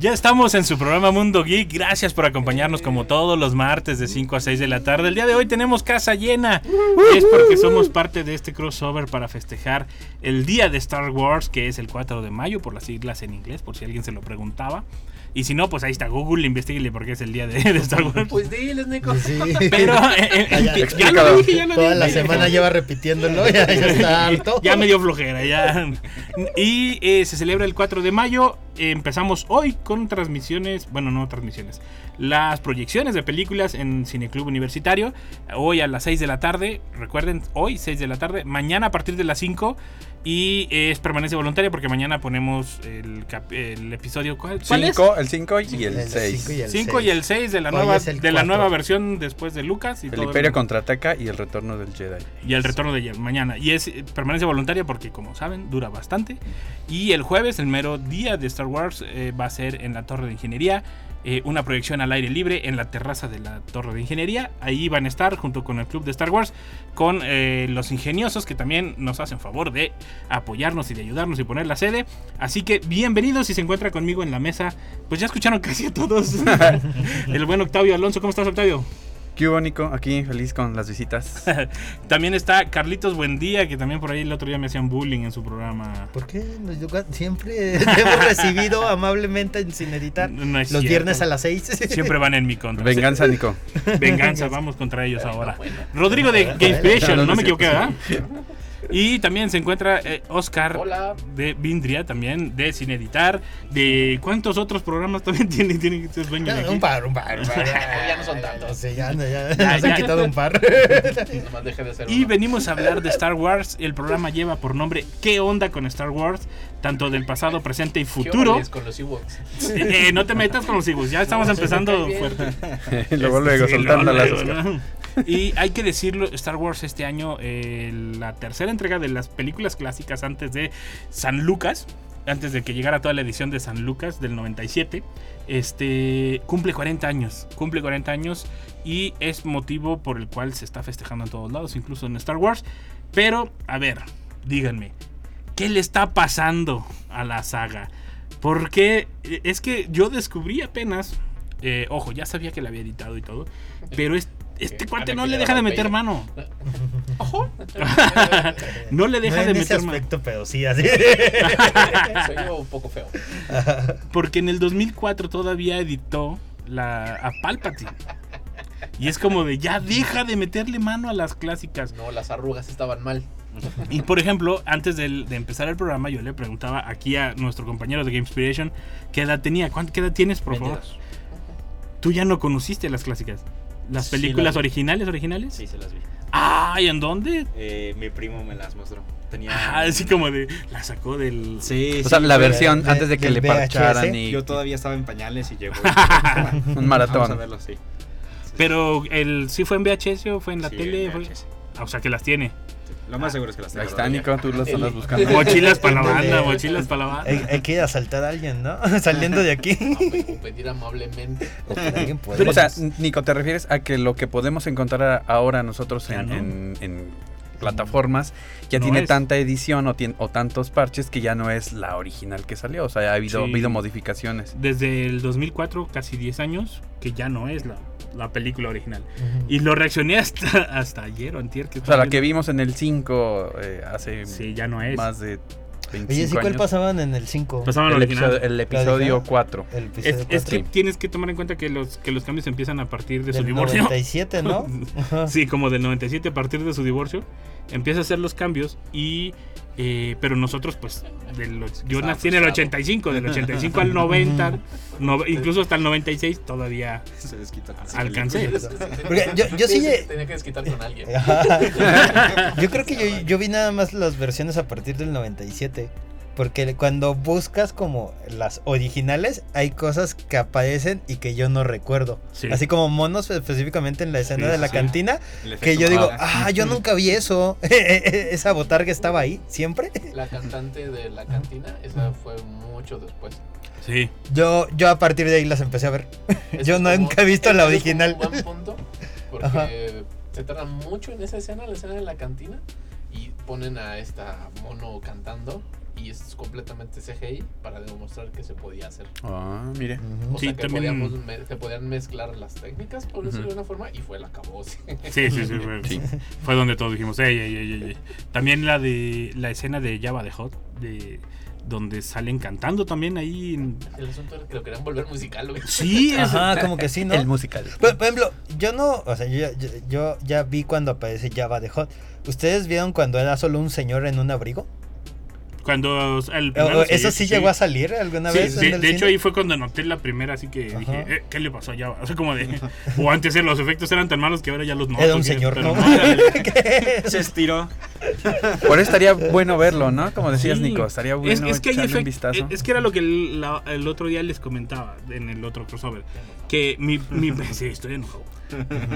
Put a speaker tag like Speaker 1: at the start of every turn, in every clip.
Speaker 1: Ya estamos en su programa Mundo Geek. Gracias por acompañarnos como todos los martes de 5 a 6 de la tarde. El día de hoy tenemos casa llena. Y es porque somos parte de este crossover para festejar el día de Star Wars, que es el 4 de mayo, por las siglas en inglés, por si alguien se lo preguntaba. Y si no, pues ahí está Google, investiguele porque es el día de, de Star Wars.
Speaker 2: Pues diles, Nico.
Speaker 3: Sí.
Speaker 1: Pero eh, eh,
Speaker 3: Ya, ya,
Speaker 1: ya
Speaker 3: explícalo.
Speaker 1: lo dije, ya lo
Speaker 3: Toda
Speaker 1: dije.
Speaker 3: la semana lleva repitiéndolo, ya, ya está harto.
Speaker 1: Ya me dio flojera, ya. Y eh, se celebra el 4 de mayo. Empezamos hoy con transmisiones, bueno, no transmisiones, las proyecciones de películas en Cineclub Universitario. Hoy a las 6 de la tarde, recuerden, hoy 6 de la tarde, mañana a partir de las 5. Y es permanencia voluntaria porque mañana ponemos el, cap- el episodio. ¿Cuál, cuál es?
Speaker 4: Cinco, el 5 y el
Speaker 3: El
Speaker 4: 6.
Speaker 3: cinco y el
Speaker 1: 5 y
Speaker 3: seis.
Speaker 1: el 6 de la
Speaker 3: Hoy
Speaker 1: nueva
Speaker 3: es el
Speaker 1: de la
Speaker 3: cuatro.
Speaker 1: nueva versión después de Lucas y
Speaker 4: El
Speaker 1: todo
Speaker 4: Imperio
Speaker 1: el-
Speaker 4: contraataca y el retorno del Jedi.
Speaker 1: y el retorno de ayer, mañana. Y es eh, permanencia voluntaria porque, como saben, dura bastante. Y el jueves, el mero día de Star Wars, eh, va a ser en la Torre de Ingeniería. eh, una proyección al aire libre en la terraza de la Torre de Ingeniería. Ahí van a estar junto con el club de Star Wars, con eh, los ingeniosos que también nos hacen favor de apoyarnos y de ayudarnos y poner la sede. Así que bienvenidos si se encuentra conmigo en la mesa. Pues ya escucharon casi a todos. el buen Octavio Alonso, ¿cómo estás Octavio?
Speaker 4: Qué bonito, aquí feliz con las visitas.
Speaker 1: También está Carlitos Buendía, que también por ahí el otro día me hacían bullying en su programa.
Speaker 3: ¿Por qué nos toca- siempre hemos recibido amablemente en sin editar
Speaker 1: No es
Speaker 3: los
Speaker 1: cierto.
Speaker 3: viernes a las 6?
Speaker 1: Siempre van en mi contra.
Speaker 4: Venganza, Nico.
Speaker 1: Venganza, vamos contra ellos ahora. Rodrigo de Game Creation, no,
Speaker 4: No, no
Speaker 1: me
Speaker 4: es
Speaker 1: equivoqué, ¿verdad?
Speaker 4: cierto,
Speaker 1: Y también se encuentra eh, Oscar
Speaker 2: Hola.
Speaker 1: de Vindria, también de Sin Editar, de cuántos otros programas también tiene, tiene estos dueños aquí?
Speaker 3: un par, un par, un par.
Speaker 2: Ya no son tantos.
Speaker 3: Sí, ya, no, ya,
Speaker 1: Ya,
Speaker 3: nos han
Speaker 1: ya.
Speaker 3: quitado un par.
Speaker 2: Nomás dejé de ser
Speaker 1: Y
Speaker 2: uno.
Speaker 1: venimos a hablar de Star Wars. El programa lleva por nombre ¿Qué onda con Star Wars? Tanto del pasado, presente y
Speaker 2: ¿Qué
Speaker 1: futuro.
Speaker 2: órales con los Ewoks?
Speaker 1: Eh, eh, no te metas con los hijos, ya estamos
Speaker 2: No, sí, me
Speaker 1: empezando
Speaker 2: cae bien.
Speaker 1: fuerte.
Speaker 4: luego, luego,
Speaker 1: Este, Sí,
Speaker 4: soltando
Speaker 1: luego,
Speaker 4: las
Speaker 1: luego,
Speaker 4: Oscar.
Speaker 1: ¿no? Y hay que decirlo, Star Wars este año, eh, la tercera entrega de las películas clásicas antes de San Lucas, antes de que llegara toda la edición de San Lucas del 97, este, cumple 40 años, cumple 40 años y es motivo por el cual se está festejando en todos lados, incluso en Star Wars. Pero, a ver, díganme, ¿qué le está pasando a la saga? Porque eh, es que yo descubrí apenas, eh, ojo, ya sabía que la había editado y todo, pero es- este
Speaker 2: Ok,
Speaker 1: cuate
Speaker 2: Ana
Speaker 1: no
Speaker 2: que
Speaker 1: le
Speaker 2: ya
Speaker 1: deja de
Speaker 2: la
Speaker 1: meter
Speaker 2: pela.
Speaker 1: mano.
Speaker 2: Ojo.
Speaker 1: No le
Speaker 3: No
Speaker 1: deja de
Speaker 3: en ese
Speaker 1: meter mano.
Speaker 3: aspecto, pero sí, así.
Speaker 2: Soy yo un poco feo.
Speaker 1: Porque en el 2004 todavía editó la, a Palpatine. Y es como de, ya deja de meterle mano a las clásicas.
Speaker 2: No, las arrugas estaban mal.
Speaker 1: Y por ejemplo, antes del- de, empezar el programa, yo le preguntaba aquí a nuestro compañero de Gamespiration qué edad tenía. ¿Cuán- ¿Qué edad tienes, por favor?
Speaker 5: Veintidós.
Speaker 1: Tú ya no conociste las clásicas. ¿Las
Speaker 5: Sí,
Speaker 1: películas
Speaker 5: las vi.
Speaker 1: originales, originales?
Speaker 5: Sí, se las vi.
Speaker 1: ¡Ay! ¿En dónde?
Speaker 5: Eh, mi primo me las mostró. Tenía.
Speaker 1: Ah, así como de, la sacó del...
Speaker 5: Sí,
Speaker 4: O sea,
Speaker 5: sí,
Speaker 4: la
Speaker 5: fue-
Speaker 4: versión
Speaker 3: de-
Speaker 4: antes de que
Speaker 3: del
Speaker 4: le
Speaker 3: VHS.
Speaker 4: parcharan y
Speaker 5: Yo todavía estaba en pañales y llegó.
Speaker 4: un
Speaker 5: Vamos a
Speaker 4: maratón.
Speaker 5: verlo, sí. Sí,
Speaker 1: Pero, el, ¿sí fue en VHS o fue en la
Speaker 5: sí,
Speaker 1: tele?
Speaker 5: en
Speaker 1: Fue-
Speaker 5: VHS.
Speaker 1: Ah, O sea, que las tiene.
Speaker 5: Lo
Speaker 1: Ah,
Speaker 5: más seguro es que las
Speaker 4: Ahí
Speaker 5: tengo
Speaker 4: está,
Speaker 5: todavía.
Speaker 4: Nico, tú las andas buscando.
Speaker 1: Mochilas para la
Speaker 3: Ándale.
Speaker 1: banda, mochilas para la banda.
Speaker 3: Hay, hay que asaltar a alguien, ¿no? Saliendo de aquí.
Speaker 2: No me puedo pedir amablemente.
Speaker 3: O por alguien Pues, puede.
Speaker 4: O sea, Nico, ¿te refieres a que lo que podemos encontrar ahora nosotros
Speaker 1: Ya
Speaker 4: en,
Speaker 1: no.
Speaker 4: en- en plataformas ya
Speaker 1: No
Speaker 4: tiene
Speaker 1: es.
Speaker 4: tanta edición o, tien- o tantos parches que ya no es la original que salió? O sea, ha habido,
Speaker 1: Sí.
Speaker 4: habido modificaciones.
Speaker 1: Desde el 2004, casi 10 años, que ya no es la, la película original. Y lo reaccioné hasta, hasta ayer o antier. Que
Speaker 4: O sea,
Speaker 1: estaba
Speaker 4: la que
Speaker 1: viendo.
Speaker 4: vimos en el 5 eh, hace
Speaker 1: Sí, ya no es.
Speaker 4: más de 25
Speaker 3: Oye, ¿sí cuál
Speaker 4: años.
Speaker 3: pasaban en el 5?
Speaker 1: Pasaban la
Speaker 4: El
Speaker 1: original.
Speaker 4: episodio, el episodio
Speaker 3: original?
Speaker 4: 4.
Speaker 3: El episodio
Speaker 1: Pues, Es, es que
Speaker 3: cuatro.
Speaker 1: tienes que tomar en cuenta que los, que los cambios empiezan a partir de su
Speaker 3: Del
Speaker 1: divorcio.
Speaker 3: 97, ¿no? Ajá.
Speaker 1: Sí, como del 97, a partir de su divorcio, empieza a hacer los cambios y... eh, pero nosotros, pues, del, och- yo
Speaker 2: Estaba
Speaker 1: nací en el
Speaker 2: frustrado.
Speaker 1: 85, del 85 al 90, no- incluso hasta el 96 todavía
Speaker 5: Se les quitó.
Speaker 1: alcancé.
Speaker 3: Porque yo- yo sí lle-
Speaker 2: Tenía que desquitar con alguien.
Speaker 3: Ajá. yo creo que yo, yo vi nada más las versiones a partir del 97. Porque cuando buscas como las originales, hay cosas que aparecen y que yo no recuerdo.
Speaker 1: Sí.
Speaker 3: Así como monos específicamente en la escena
Speaker 5: Sí,
Speaker 3: de
Speaker 5: sí,
Speaker 3: la
Speaker 5: sí.
Speaker 3: cantina,
Speaker 5: El
Speaker 3: que
Speaker 5: efecto
Speaker 3: yo digo,
Speaker 5: Mala.
Speaker 3: ah, yo nunca vi eso. E, Esa botarga estaba ahí, siempre.
Speaker 2: La cantante de la cantina, esa fue mucho después.
Speaker 1: Sí.
Speaker 3: Yo, yo a partir de ahí las empecé a ver.
Speaker 2: Eso
Speaker 3: Yo
Speaker 2: es
Speaker 3: nunca he visto la
Speaker 2: eso es como
Speaker 3: original.
Speaker 2: Un buen punto, porque
Speaker 3: Ajá.
Speaker 2: se tarda mucho en esa escena, la escena de la cantina, y ponen a esta mono cantando, y es completamente CGI para demostrar que se podía hacer.
Speaker 4: Ah, mire.
Speaker 2: O
Speaker 1: Sí,
Speaker 2: sea, que
Speaker 1: también-
Speaker 2: podíamos me- se podían mezclar las técnicas, por decirlo de una forma, y fue el acabose.
Speaker 1: Sí, sí, sí. Fue,
Speaker 4: Sí.
Speaker 1: fue donde todos dijimos, ey, ey, ey, ey, ey". También la de la escena de Java de Hot, de donde salen cantando también ahí. en-
Speaker 2: El asunto era que lo querían volver musical, güey.
Speaker 1: Sí, es-
Speaker 3: Ajá, como que sí, ¿no?
Speaker 4: El musical.
Speaker 3: Por, por ejemplo, yo no, o sea, yo, ya- yo, yo ya vi cuando aparece Java de Hot. ¿Ustedes vieron cuando era solo un señor en un abrigo?
Speaker 1: cuando el
Speaker 3: O-
Speaker 1: primero
Speaker 3: o
Speaker 1: se-
Speaker 3: ¿Eso Eh, sí, llegó a salir alguna
Speaker 1: Sí,
Speaker 3: vez?
Speaker 1: de,
Speaker 3: en el
Speaker 1: de hecho
Speaker 3: cine?
Speaker 1: ahí fue cuando noté la primera, así que
Speaker 3: Ajá.
Speaker 1: dije, "Eh, ¿qué le pasó a Java? O sea, como de, o antes eh, los efectos eran tan malos que ahora ya los noto.
Speaker 3: Era un
Speaker 1: que-
Speaker 3: señor,
Speaker 1: pero
Speaker 3: ¿no?
Speaker 5: Se estiró.
Speaker 4: Por eso estaría bueno verlo, ¿no? Como decías,
Speaker 1: Sí.
Speaker 4: Nico, estaría bueno
Speaker 1: es, es que hay
Speaker 4: echarle un
Speaker 1: efect-
Speaker 4: vistazo.
Speaker 1: Es que era lo que el, la- el otro día les comentaba en el otro crossover. Que mi, mi- sí, estoy enojado.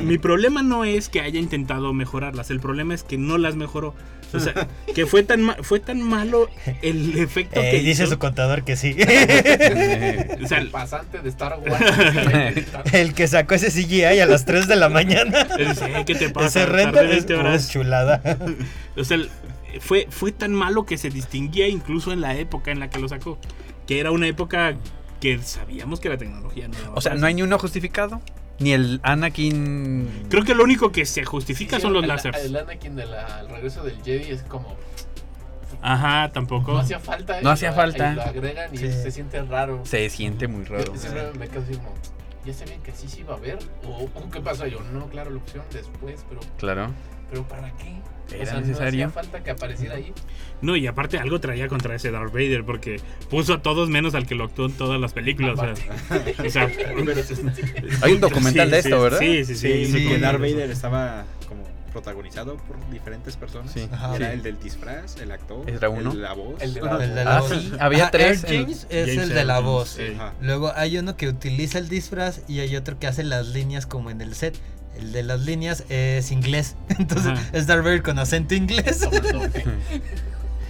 Speaker 1: Mi problema no es que haya intentado mejorarlas, el problema es que no las mejoró. O sea, que fue tan, ma- fue tan malo el efecto
Speaker 3: Eh,
Speaker 1: que
Speaker 3: dice
Speaker 1: hizo.
Speaker 3: su contador que sí.
Speaker 4: Eh,
Speaker 1: O sea,
Speaker 2: El pasante de Star Wars. Está
Speaker 3: El que sacó ese CGI a las 3 de la mañana.
Speaker 1: dice, "Eh, ¿qué te pasa?
Speaker 3: Ese
Speaker 1: Tardé
Speaker 3: render es
Speaker 1: 20
Speaker 3: una
Speaker 1: horas".
Speaker 3: chulada.
Speaker 1: O sea, el- fue, fue tan malo que se distinguía incluso en la época en la que lo sacó. Que era una época que sabíamos que la tecnología no era
Speaker 4: o sea, no hay ni uno justificado. Ni el Anakin.
Speaker 1: Creo que lo único que se justifica son los láseres.
Speaker 2: El Anakin del regreso del Jedi es como.
Speaker 1: Ajá,
Speaker 2: No
Speaker 1: tampoco.
Speaker 2: hacía falta. ¿eh?
Speaker 4: No
Speaker 2: y
Speaker 4: hacía
Speaker 2: lo-
Speaker 4: falta.
Speaker 2: y Lo agregan y
Speaker 3: Sí.
Speaker 2: se siente raro.
Speaker 4: Se siente muy raro.
Speaker 2: Yo siempre me quedo así como, ¿ya sabían que sí se iba a ver? ¿O, o qué pasó? Yo, no, claro, lo pusieron después, pero,
Speaker 4: Claro.
Speaker 2: pero ¿para qué?
Speaker 4: ¿Era
Speaker 2: no
Speaker 4: necesario?
Speaker 2: hacía falta que apareciera ahí.
Speaker 1: No, y aparte algo traía contra ese Darth Vader porque puso a todos menos al que lo actuó en todas las películas. o sea, o sea,
Speaker 4: Hay un documental
Speaker 1: sí,
Speaker 4: de
Speaker 1: sí,
Speaker 4: esto, ¿verdad?
Speaker 1: Sí, sí, sí.
Speaker 5: Sí,
Speaker 1: un
Speaker 5: sí, que
Speaker 1: documental
Speaker 5: Darth
Speaker 1: de eso.
Speaker 5: Vader estaba como protagonizado por diferentes personas.
Speaker 4: Sí.
Speaker 3: Ajá.
Speaker 5: Era
Speaker 3: Sí.
Speaker 5: el del disfraz, el actor,
Speaker 4: Era uno.
Speaker 5: el- la voz.
Speaker 2: El de la
Speaker 5: Ajá.
Speaker 2: voz.
Speaker 3: El de la
Speaker 4: Ah,
Speaker 3: voz.
Speaker 4: sí. Había
Speaker 3: Ajá,
Speaker 4: tres.
Speaker 3: Air James es
Speaker 1: James
Speaker 3: el de la
Speaker 1: Earl Jones,
Speaker 3: voz.
Speaker 1: sí.
Speaker 5: Ajá.
Speaker 3: Luego hay uno que utiliza el disfraz y hay otro que hace las líneas como en el set. El de las líneas es inglés. Entonces
Speaker 1: Ajá.
Speaker 3: es Darth Vader con acento inglés.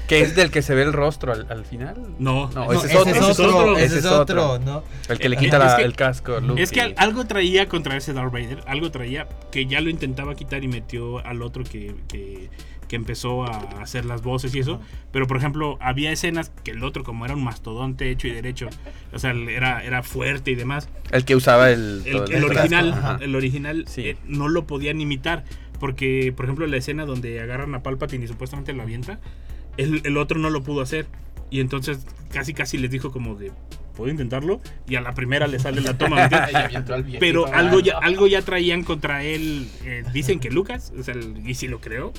Speaker 4: Que es del que se ve el rostro al, al final.
Speaker 1: No,
Speaker 4: No,
Speaker 3: No,
Speaker 4: ese, es otro,
Speaker 3: Ese es otro, ¿no?
Speaker 4: El que le
Speaker 1: Eh, Es
Speaker 4: quita la-
Speaker 1: que-
Speaker 4: el casco. Luke,
Speaker 1: Es que
Speaker 4: y-
Speaker 1: al- algo traía contra ese Darth Vader, algo traía que ya lo intentaba quitar y metió al otro que, que- que empezó a hacer las voces y eso. Pero por ejemplo, había escenas que el otro, como era un mastodonte hecho y derecho, o sea, era, era fuerte y demás,
Speaker 4: el que usaba el.
Speaker 1: el,
Speaker 4: todo
Speaker 1: el
Speaker 4: disfraz.
Speaker 1: original,
Speaker 4: Ajá.
Speaker 1: el original
Speaker 4: Sí.
Speaker 1: eh, no lo podían imitar. Porque, por ejemplo, la escena donde agarran a Palpatine y supuestamente lo avienta, el, el otro no lo pudo hacer. Y entonces casi casi les dijo como de, ¿puedo intentarlo? Y a la primera le sale la toma. ¿me entiendes? Pero algo ya, algo ya traían contra él. eh, dicen que Lucas, o sea, el- y si lo creo,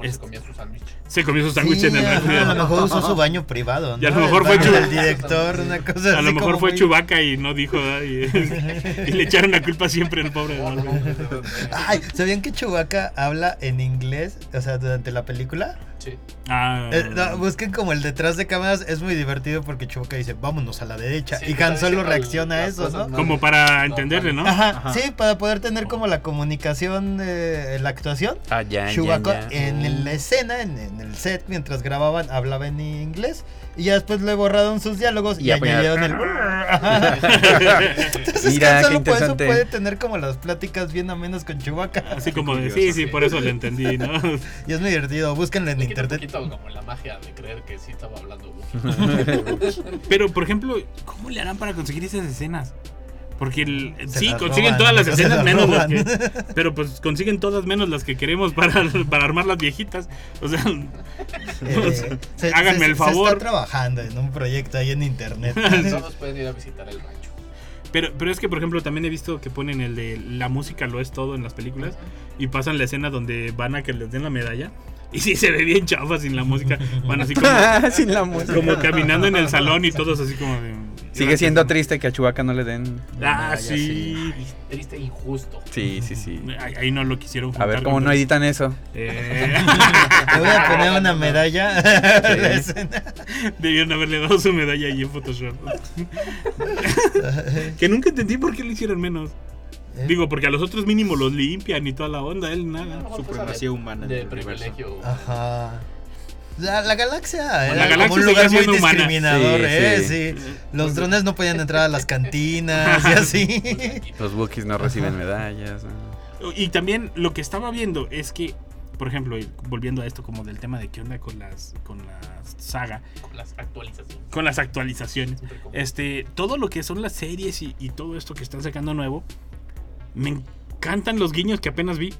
Speaker 2: Es...
Speaker 1: es-
Speaker 2: Se comía su sándwich.
Speaker 1: se comió su sándwich en el
Speaker 3: ajá, a lo
Speaker 1: refrigerador.
Speaker 3: mejor usó su baño privado.
Speaker 1: Y a
Speaker 3: ¿no?
Speaker 1: lo mejor
Speaker 3: El
Speaker 1: fue
Speaker 3: baño
Speaker 1: Chu-
Speaker 3: del director, una cosa
Speaker 1: A
Speaker 3: así
Speaker 1: lo mejor
Speaker 3: como
Speaker 1: fue
Speaker 3: muy-
Speaker 1: Chubaca y no dijo. ay, eh". y le echaron la culpa siempre al pobre.
Speaker 2: No,
Speaker 1: Darth
Speaker 2: no,
Speaker 1: Vader.
Speaker 3: Ay, ¿sabían que Chewbacca habla en inglés? O sea, durante la película.
Speaker 2: sí.
Speaker 1: Ah,
Speaker 3: Eh, no, busquen como el detrás de cámaras, es muy divertido porque Chewbacca dice, vámonos a la derecha.
Speaker 2: Sí,
Speaker 3: y Han
Speaker 2: está
Speaker 3: Solo
Speaker 2: diciendo
Speaker 3: reacciona a
Speaker 2: las
Speaker 3: eso,
Speaker 2: cosas
Speaker 3: ¿no?
Speaker 2: más-
Speaker 1: como para entenderle, ¿no?
Speaker 3: Ajá,
Speaker 5: Ajá.
Speaker 3: sí, para poder tener como la comunicación, eh, la actuación.
Speaker 4: Ah, ya, ya,
Speaker 3: Chewbacca
Speaker 4: ya.
Speaker 3: en la escena, en, en el set, mientras grababan, hablaba en inglés. Y ya después le borraron sus diálogos y,
Speaker 4: Y apoyaron.
Speaker 3: añadieron el. Entonces,
Speaker 4: Mira,
Speaker 3: Han
Speaker 4: qué
Speaker 3: Solo por eso
Speaker 4: interesante.
Speaker 3: puede tener como las pláticas bien amenas con Chewbacca.
Speaker 1: Así como de, sí,
Speaker 5: curioso.
Speaker 1: sí, por eso le entendí, ¿no?
Speaker 3: Y es muy divertido, búsquenlo en
Speaker 2: Le quita un
Speaker 3: internet.
Speaker 2: poquito como la magia de creer que sí estaba hablando. güey.
Speaker 1: Pero, por ejemplo, ¿cómo le harán para conseguir esas escenas? Porque el-
Speaker 3: Se
Speaker 1: sí,
Speaker 3: las
Speaker 1: consiguen
Speaker 3: roban,
Speaker 1: todas las
Speaker 3: se
Speaker 1: escenas
Speaker 3: las
Speaker 1: menos las que...
Speaker 3: roban. Eh,
Speaker 1: Pero pues consiguen todas menos las que queremos para, para armar las viejitas. O sea,
Speaker 3: Eh, se-
Speaker 1: Háganme
Speaker 3: se-
Speaker 1: el favor.
Speaker 3: Se está trabajando en un proyecto ahí en internet.
Speaker 2: Todos pueden ir a visitar el rancho.
Speaker 1: pero, pero es que, por ejemplo, también he visto que ponen el de la música lo es todo en las películas y pasan la escena donde van a que les den la medalla. Y sí, se ve bien chafa sin la música. Van así como,
Speaker 4: Sin la música.
Speaker 1: como caminando en el salón y todos así como de...
Speaker 4: Sigue siendo triste que a Chewbacca no le den.
Speaker 1: Ah, sí.
Speaker 2: Ay, triste e injusto.
Speaker 4: Sí, sí, sí.
Speaker 1: Ahí, ahí no lo quisieron
Speaker 4: A
Speaker 1: juntar
Speaker 4: ver cómo
Speaker 1: con
Speaker 4: no
Speaker 1: todo.
Speaker 4: editan eso.
Speaker 1: Eh,
Speaker 3: Le voy a poner una medalla a la escena.
Speaker 1: debieron haberle dado su medalla ahí en Photoshop. que nunca entendí por qué lo hicieron menos. Digo, porque a los otros mínimo los limpian y toda la onda, él nada.
Speaker 5: Supremacía humana. en
Speaker 2: De
Speaker 5: el universo.
Speaker 2: privilegio.
Speaker 3: Ah. Ajá. La, la galaxia era
Speaker 1: galaxia
Speaker 3: como un
Speaker 1: seguía
Speaker 3: lugar muy
Speaker 1: siendo humana.
Speaker 3: discriminador,
Speaker 4: Sí,
Speaker 3: ¿eh?
Speaker 4: sí.
Speaker 3: Sí. Los drones no podían entrar a las cantinas y así.
Speaker 4: Los Wookiees no reciben medallas. ¿no?
Speaker 1: Y también lo que estaba viendo es que, por ejemplo, y volviendo a esto como del tema de qué onda con las con la saga,
Speaker 2: Con las actualizaciones.
Speaker 1: con las actualizaciones.
Speaker 2: Siempre como-
Speaker 1: Este, todo lo que son las series y, y todo esto que están sacando nuevo, me encantan los guiños que apenas vi,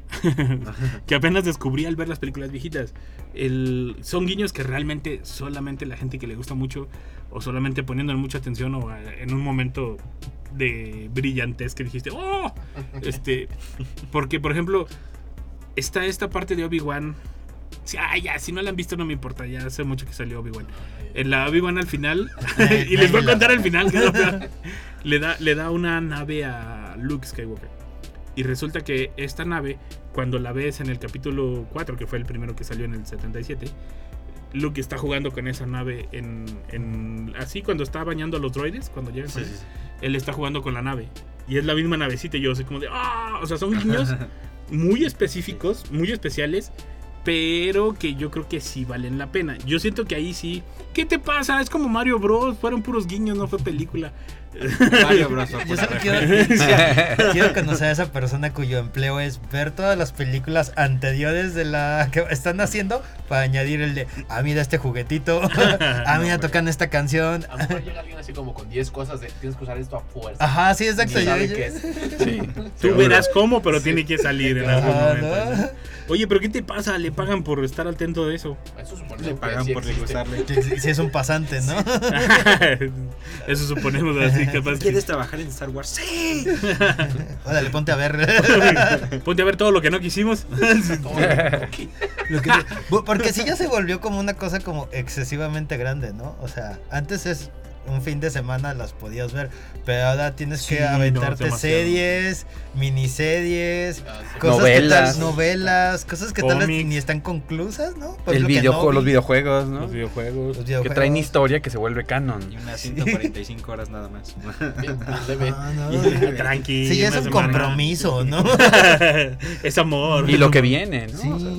Speaker 1: que apenas descubrí al ver las películas viejitas. El- son guiños que realmente solamente la gente que le gusta mucho o solamente poniéndole mucha atención o a- en un momento de brillantez que dijiste, ¡oh! Este, porque, por ejemplo, está esta parte de Obi-Wan. Sí, ah, ya, si no la han visto no me importa, ya hace mucho que salió Obi-Wan. En la Obi-Wan al final, y les voy a contar al final, que es lo peor, le, da, le da una nave a Luke Skywalker. Y resulta que esta nave, cuando la ves en el capítulo 4, que fue el primero que salió en el 77, Luke está jugando con esa nave en, en- así cuando está bañando a los droides, cuando llegan con
Speaker 5: Sí, sí,
Speaker 1: él,
Speaker 5: sí.
Speaker 1: él está jugando con la nave. Y es la misma navecita y yo soy como de, ah, o sea, son guiños muy específicos, muy especiales, pero que yo creo que sí valen la pena. Yo siento que ahí sí. ¿Qué te pasa? Es como Mario Bros. Fueron puros guiños, no fue película.
Speaker 5: Mario Bros. fue
Speaker 3: Yo
Speaker 5: la
Speaker 3: solo
Speaker 5: referencia.
Speaker 3: quiero, quiero conocer a esa persona cuyo empleo es ver todas las películas anteriores de la que están haciendo para añadir el de, ah, mira este juguetito, ah, mira tocan esta canción.
Speaker 2: A lo mejor llega alguien así como con 10 cosas de tienes que usar esto a fuerza.
Speaker 3: Ajá, sí, Ah, exacto.
Speaker 2: Ni
Speaker 3: yo-
Speaker 2: sabe
Speaker 3: yo-
Speaker 2: qué es.
Speaker 4: Sí.
Speaker 1: Tú
Speaker 4: seguro.
Speaker 1: verás cómo, pero tiene que salir en algún
Speaker 3: Ajá,
Speaker 1: momento. ¿no? Oye, pero ¿qué te pasa? Le pagan por estar atento de eso.
Speaker 2: Eso supone
Speaker 5: Le
Speaker 2: que
Speaker 5: pagan
Speaker 2: sí
Speaker 5: por
Speaker 2: existe.
Speaker 5: degustarle.
Speaker 3: ¿no? Si- Si es un pasante, ¿no?
Speaker 1: eso suponemos así, capaz. que-
Speaker 5: ¿Quieres trabajar en Star Wars? ¡Sí!
Speaker 3: Órale, ponte a ver.
Speaker 1: Ponte a ver todo lo que no quisimos.
Speaker 2: Todo Ah, lo que-
Speaker 3: Lo que te- Bu- Porque si ya se volvió como una cosa como excesivamente grande, ¿no? O sea, antes es un fin de semana las podías ver, pero ahora tienes
Speaker 1: Sí,
Speaker 3: que
Speaker 1: no,
Speaker 3: aventarte
Speaker 1: demasiado.
Speaker 3: series, miniseries,
Speaker 2: Ah, sí.
Speaker 3: cosas
Speaker 4: Novelas.
Speaker 3: que tal, novelas, cosas que tal vez
Speaker 1: Cómics.
Speaker 3: ni están conclusas, ¿no? Por
Speaker 4: El
Speaker 3: ejemplo, Pues que
Speaker 4: videojuego,
Speaker 3: no
Speaker 4: los
Speaker 3: vi,
Speaker 4: videojuegos, ¿no?
Speaker 1: videojuegos.
Speaker 3: los
Speaker 4: Que traen
Speaker 3: videojuegos.
Speaker 4: historia que se vuelve canon.
Speaker 5: Y unas 145 horas nada más.
Speaker 2: Bien, bien leve.
Speaker 3: Ah, no.
Speaker 1: Tranqui.
Speaker 3: Sí, ya es
Speaker 1: una
Speaker 3: un
Speaker 1: semana.
Speaker 3: compromiso, ¿no?
Speaker 1: es amor.
Speaker 4: Y lo que viene, ¿no?
Speaker 3: Sí.
Speaker 4: O sea,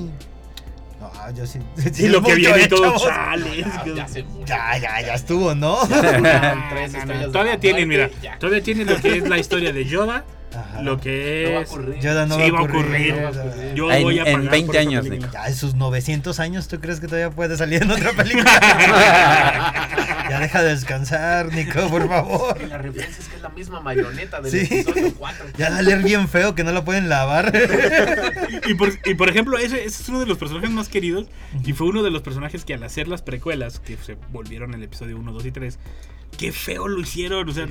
Speaker 3: No, yo sí.
Speaker 1: Y lo que viene y todo.
Speaker 3: chavos.
Speaker 1: Chale. es
Speaker 2: Ah, Ya,
Speaker 1: que-
Speaker 2: ya se murió.
Speaker 3: Ya, ya, ya estuvo, ¿no?
Speaker 1: Ah,
Speaker 2: Tres
Speaker 1: no, no,
Speaker 2: estrellas de
Speaker 1: Todavía
Speaker 2: la
Speaker 1: tienen, mira,
Speaker 2: muerte, ya.
Speaker 1: todavía tienen lo que es la historia de Yoda,
Speaker 3: Ajá.
Speaker 1: lo
Speaker 2: No
Speaker 1: que
Speaker 2: va a
Speaker 1: es.
Speaker 2: ocurrir.
Speaker 3: Yoda no
Speaker 1: Sí,
Speaker 3: va a ocurrir.
Speaker 1: va a
Speaker 2: ocurrir.
Speaker 1: Yo
Speaker 4: En-
Speaker 1: voy a
Speaker 4: en
Speaker 1: pagar
Speaker 4: 20
Speaker 1: por esa
Speaker 4: años,
Speaker 1: película.
Speaker 3: Ya en sus 900 años, ¿tú crees que todavía puede salir en otra película? ya deja de descansar, Nico, por favor.
Speaker 2: Y La referencia es que es la misma marioneta del
Speaker 3: Sí.
Speaker 2: episodio 4.
Speaker 3: Ya da a leer bien feo que no la pueden lavar.
Speaker 1: Y por, y por ejemplo, ese, ese es uno de los personajes más queridos. Y fue uno de los personajes que al hacer las precuelas, que se volvieron el episodio 1, 2 y 3, qué feo lo hicieron. O sea,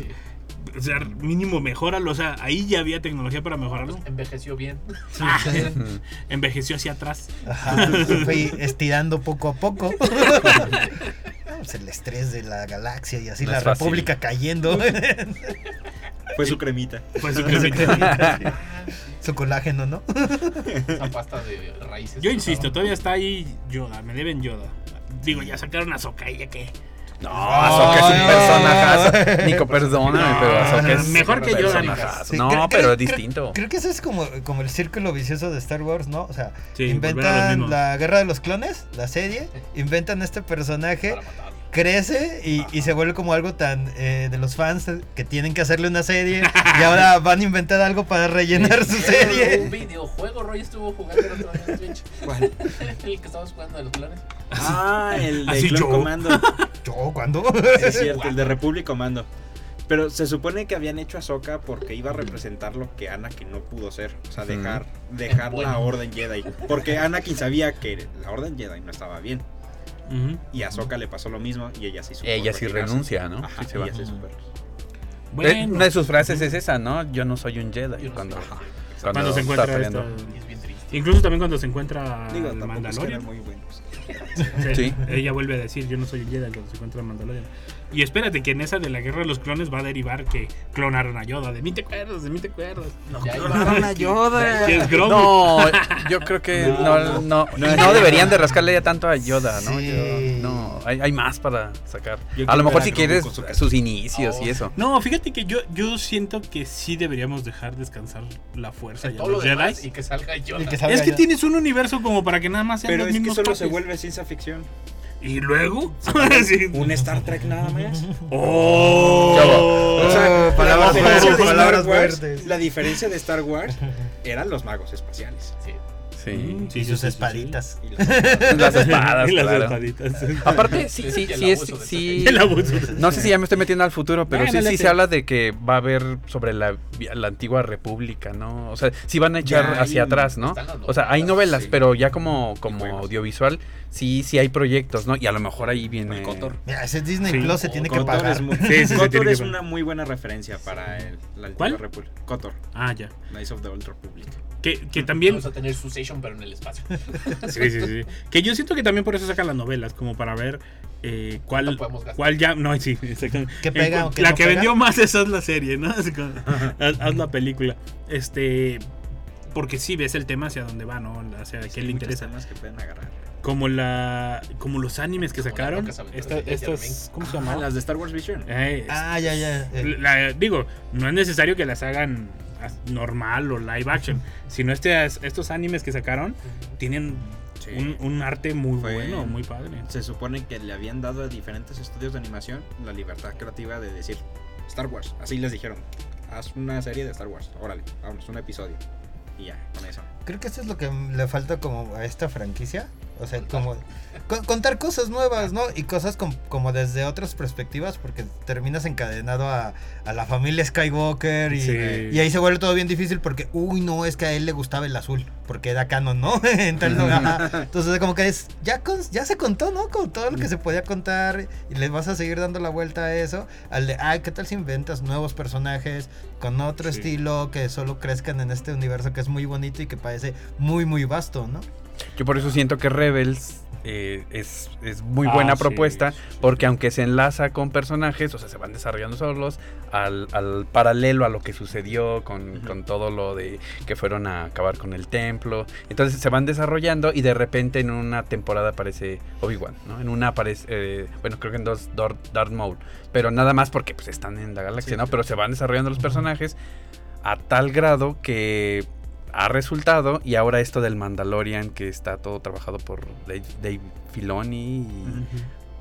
Speaker 1: o sea mínimo mejoralo. O sea, ahí ya había tecnología para mejorarlo.
Speaker 2: Envejeció bien.
Speaker 1: Ah, envejeció hacia atrás.
Speaker 3: Ajá, se fue estirando poco a poco. Pues el estrés de la galaxia y así
Speaker 4: No
Speaker 3: la
Speaker 4: es fácil.
Speaker 3: república cayendo.
Speaker 5: Fue su cremita.
Speaker 1: Fue su cremita.
Speaker 3: Su colágeno, ¿no?
Speaker 2: Esa pasta de raíces.
Speaker 1: Yo insisto, todavía está ahí Yoda, me deben Yoda. Digo, ya sacaron a Sokka y ya qué.
Speaker 4: No, Azoka es un
Speaker 3: no.
Speaker 4: personajazo. Nico, perdóname, pero Azoka es
Speaker 1: Mejor que
Speaker 4: un
Speaker 1: yo,
Speaker 4: personajazo.
Speaker 3: Sí,
Speaker 4: No,
Speaker 3: creo-
Speaker 4: pero
Speaker 3: creo-
Speaker 4: es distinto.
Speaker 3: Creo que eso es como, como el círculo vicioso de Star Wars, ¿no? O sea,
Speaker 1: Sí, volver a los
Speaker 3: inventan
Speaker 1: mismos.
Speaker 3: la guerra de los clones, la serie, inventan este personaje,
Speaker 2: Para matarlo.
Speaker 3: crece y, y se vuelve como algo tan eh, de los fans que tienen que hacerle una serie y ahora van a inventar algo para rellenar su
Speaker 2: Eh, Un
Speaker 3: serie.
Speaker 2: videojuego, Roy estuvo jugando el otro día en Twitch.
Speaker 5: ¿Cuál?
Speaker 2: El que estábamos jugando de los clones.
Speaker 5: Ah, el de
Speaker 1: Así
Speaker 5: Clone
Speaker 1: yo.
Speaker 5: Commando.
Speaker 3: ¿Yo cuándo?
Speaker 5: Sí, es cierto, el de Republic Commando. Pero se supone que habían hecho a Ahsoka porque iba a representar lo que Anakin no pudo ser. O sea, dejar, dejar la Orden Jedi. Porque Anakin sabía que la Orden Jedi no estaba bien.
Speaker 4: Eh,
Speaker 1: Ujú.
Speaker 5: Y a Ahsoka le pasó lo mismo y ella sí supo
Speaker 4: Ella sí
Speaker 5: retirarse.
Speaker 4: renuncia, ¿no?
Speaker 5: Ajá,
Speaker 4: Sí se va.
Speaker 5: ella sí supo.
Speaker 4: Eh,
Speaker 1: Bueno,
Speaker 4: Una de sus frases es esa, ¿no? Yo no soy un Jedi.
Speaker 2: Yo no
Speaker 4: Cuando,
Speaker 2: sé.
Speaker 4: cuando
Speaker 1: cuando se
Speaker 4: está
Speaker 1: encuentra
Speaker 4: peleando.
Speaker 1: esto.
Speaker 2: Y es bien triste.
Speaker 1: Incluso también cuando se encuentra
Speaker 5: Digo, tampoco es
Speaker 1: al
Speaker 5: que
Speaker 1: Mandalorian.
Speaker 5: eran muy buenos.
Speaker 1: Sí,
Speaker 4: Sí.
Speaker 1: Ella vuelve a decir, yo no soy un Jedi cuando se encuentra Mandalorian. Y espérate que en esa de la guerra de los clones va a derivar que clonaron a Yoda. De mí te acuerdas, de mí te acuerdas. No,
Speaker 2: Ya
Speaker 1: clonaron
Speaker 2: iba.
Speaker 1: Yoda. Que es Grogu.
Speaker 4: No, yo creo que no, no, no, deberían de rascarle ya tanto a Yoda, ¿no?
Speaker 3: Sí.
Speaker 4: Yo- no, hay, hay más para sacar.
Speaker 5: quiero
Speaker 4: A lo
Speaker 5: ver
Speaker 4: mejor
Speaker 5: a
Speaker 4: si
Speaker 5: Grogu
Speaker 4: quieres
Speaker 5: con su casco.
Speaker 4: sus inicios y eso.
Speaker 1: No, fíjate que yo, yo siento que sí deberíamos dejar descansar la fuerza y a
Speaker 2: todo lo
Speaker 1: los Jedi.
Speaker 2: demás y que salga yo.
Speaker 3: Y que salga
Speaker 1: Es que
Speaker 3: ya.
Speaker 1: tienes un universo como para que nada más sean
Speaker 5: Pero
Speaker 1: los
Speaker 5: es que
Speaker 1: mismos
Speaker 5: solo se
Speaker 1: papis.
Speaker 5: vuelve ciencia ficción.
Speaker 1: ¿Y luego? Sí.
Speaker 5: Un Star Trek nada más.
Speaker 1: ¡Oh!
Speaker 5: O sea,
Speaker 3: Oh, palabras
Speaker 5: la diferencia
Speaker 3: fuertes,
Speaker 5: de Star
Speaker 3: palabras
Speaker 5: Wars-
Speaker 3: fuertes.
Speaker 5: La diferencia de Star Wars eran los magos espaciales.
Speaker 4: Sí.
Speaker 1: Sí,
Speaker 3: Y
Speaker 1: sí, sí,
Speaker 3: sus
Speaker 1: sí,
Speaker 3: espaditas.
Speaker 5: Y los-
Speaker 4: Las espadas,
Speaker 1: sí. Y las
Speaker 4: claro.
Speaker 1: espaditas.
Speaker 4: Aparte, sí, sí,
Speaker 2: Y el
Speaker 4: sí, es-
Speaker 2: abuso de
Speaker 4: sí.
Speaker 1: El abuso.
Speaker 4: No sé si ya me estoy metiendo al futuro, pero
Speaker 1: Bueno,
Speaker 4: sí, sí
Speaker 1: late.
Speaker 4: se habla de que va a haber sobre la, la antigua república, ¿no? O sea, sí van a echar
Speaker 5: Ya
Speaker 4: hacia
Speaker 5: hay-
Speaker 4: atrás, ¿no?
Speaker 2: están las
Speaker 4: O sea, hay
Speaker 2: novelas,
Speaker 4: novelas,
Speaker 5: sí.
Speaker 4: pero ya como, como
Speaker 5: juegos.
Speaker 4: audiovisual, sí, sí hay proyectos, ¿no? Y a lo mejor ahí viene.
Speaker 5: El Cotor.
Speaker 3: Mira, ese Disney
Speaker 1: Sí.
Speaker 3: Plus se tiene que
Speaker 5: Cotor
Speaker 3: pagar.
Speaker 5: es, muy-
Speaker 1: Sí, sí, se
Speaker 5: Cotor
Speaker 1: tiene que
Speaker 5: es
Speaker 1: pagar.
Speaker 5: una muy buena referencia para el, la antigua
Speaker 1: ¿Cuál?
Speaker 5: república. Cotor,
Speaker 1: Ah, ya.
Speaker 5: Knights of the Old Republic.
Speaker 1: Que, que también.
Speaker 2: Vamos a tener su session, pero en el espacio.
Speaker 1: Sí, sí, sí. Que yo siento que también por eso sacan las novelas, como para ver eh, cuál,
Speaker 2: ¿Cuánto podemos gastar?
Speaker 1: cuál ya. No, sí, exactamente.
Speaker 3: ¿Qué pega
Speaker 1: En cu-
Speaker 3: o qué
Speaker 1: la
Speaker 3: no
Speaker 1: que
Speaker 3: pega?
Speaker 1: vendió más, esa es la serie, ¿no? Así como, haz, haz la película. Este. Porque sí ves el tema hacia dónde va, ¿no? Hacia qué
Speaker 5: Hay
Speaker 1: le
Speaker 5: muchos
Speaker 1: interesa.
Speaker 5: temas que pueden agarrar.
Speaker 1: Como la. Como los animes que
Speaker 2: Como las
Speaker 1: sacaron.
Speaker 2: locas aventuras
Speaker 1: Esta-
Speaker 2: de Jet
Speaker 1: Estas. ¿Cómo se
Speaker 5: Ah,
Speaker 1: llama?
Speaker 5: las de Star Wars Vision.
Speaker 1: Eh,
Speaker 3: Ah, ya, ya. eh.
Speaker 1: la- digo, no es necesario que las hagan as- normal o live action, sino este, estos animes que sacaron tienen
Speaker 5: Sí.
Speaker 1: un, un arte muy
Speaker 5: Fue-
Speaker 1: bueno, muy padre.
Speaker 5: Se supone que le habían dado a diferentes estudios de animación la libertad creativa de decir Star Wars. Así les dijeron, haz una serie de Star Wars. Órale, vamos, un episodio. Y ya, con eso.
Speaker 3: Creo que eso es lo que le falta como a esta franquicia. O sea, como con- contar cosas nuevas, ¿no? Y cosas com- como desde otras perspectivas, porque terminas encadenado a, a la familia Skywalker y,
Speaker 1: Sí.
Speaker 3: y ahí se vuelve todo bien difícil porque, uy, no, es que a él le gustaba el azul, porque era canon, ¿no? Entonces, no, ajá. Entonces, como que es, ya, con- ya se contó, ¿no? Con todo lo que se podía contar y le vas a seguir dando la vuelta a eso, al de, ay, ¿qué tal si inventas nuevos personajes con otro
Speaker 1: Sí.
Speaker 3: estilo que solo crezcan en este universo que es muy bonito y que parece muy, muy vasto, ¿no?
Speaker 4: Yo por eso siento que Rebels eh, es, es muy
Speaker 1: Ah,
Speaker 4: buena
Speaker 1: sí,
Speaker 4: propuesta,
Speaker 1: sí, sí.
Speaker 4: porque aunque se enlaza con personajes, o sea, se van desarrollando solos al, al paralelo a lo que sucedió con,
Speaker 5: Ujú.
Speaker 4: con todo lo de que fueron a acabar con el templo. Entonces se van desarrollando y de repente en una temporada aparece Obi-Wan, ¿no? En una aparece, eh, bueno, creo que en dos, Dor- Darth Maul, pero nada más porque pues están en la galaxia,
Speaker 5: Sí,
Speaker 4: ¿no?
Speaker 5: sí.
Speaker 4: Pero se van desarrollando los
Speaker 3: Ujú.
Speaker 4: personajes a tal grado que ha resultado y ahora esto del Mandalorian que está todo trabajado por Dave, Dave Filoni y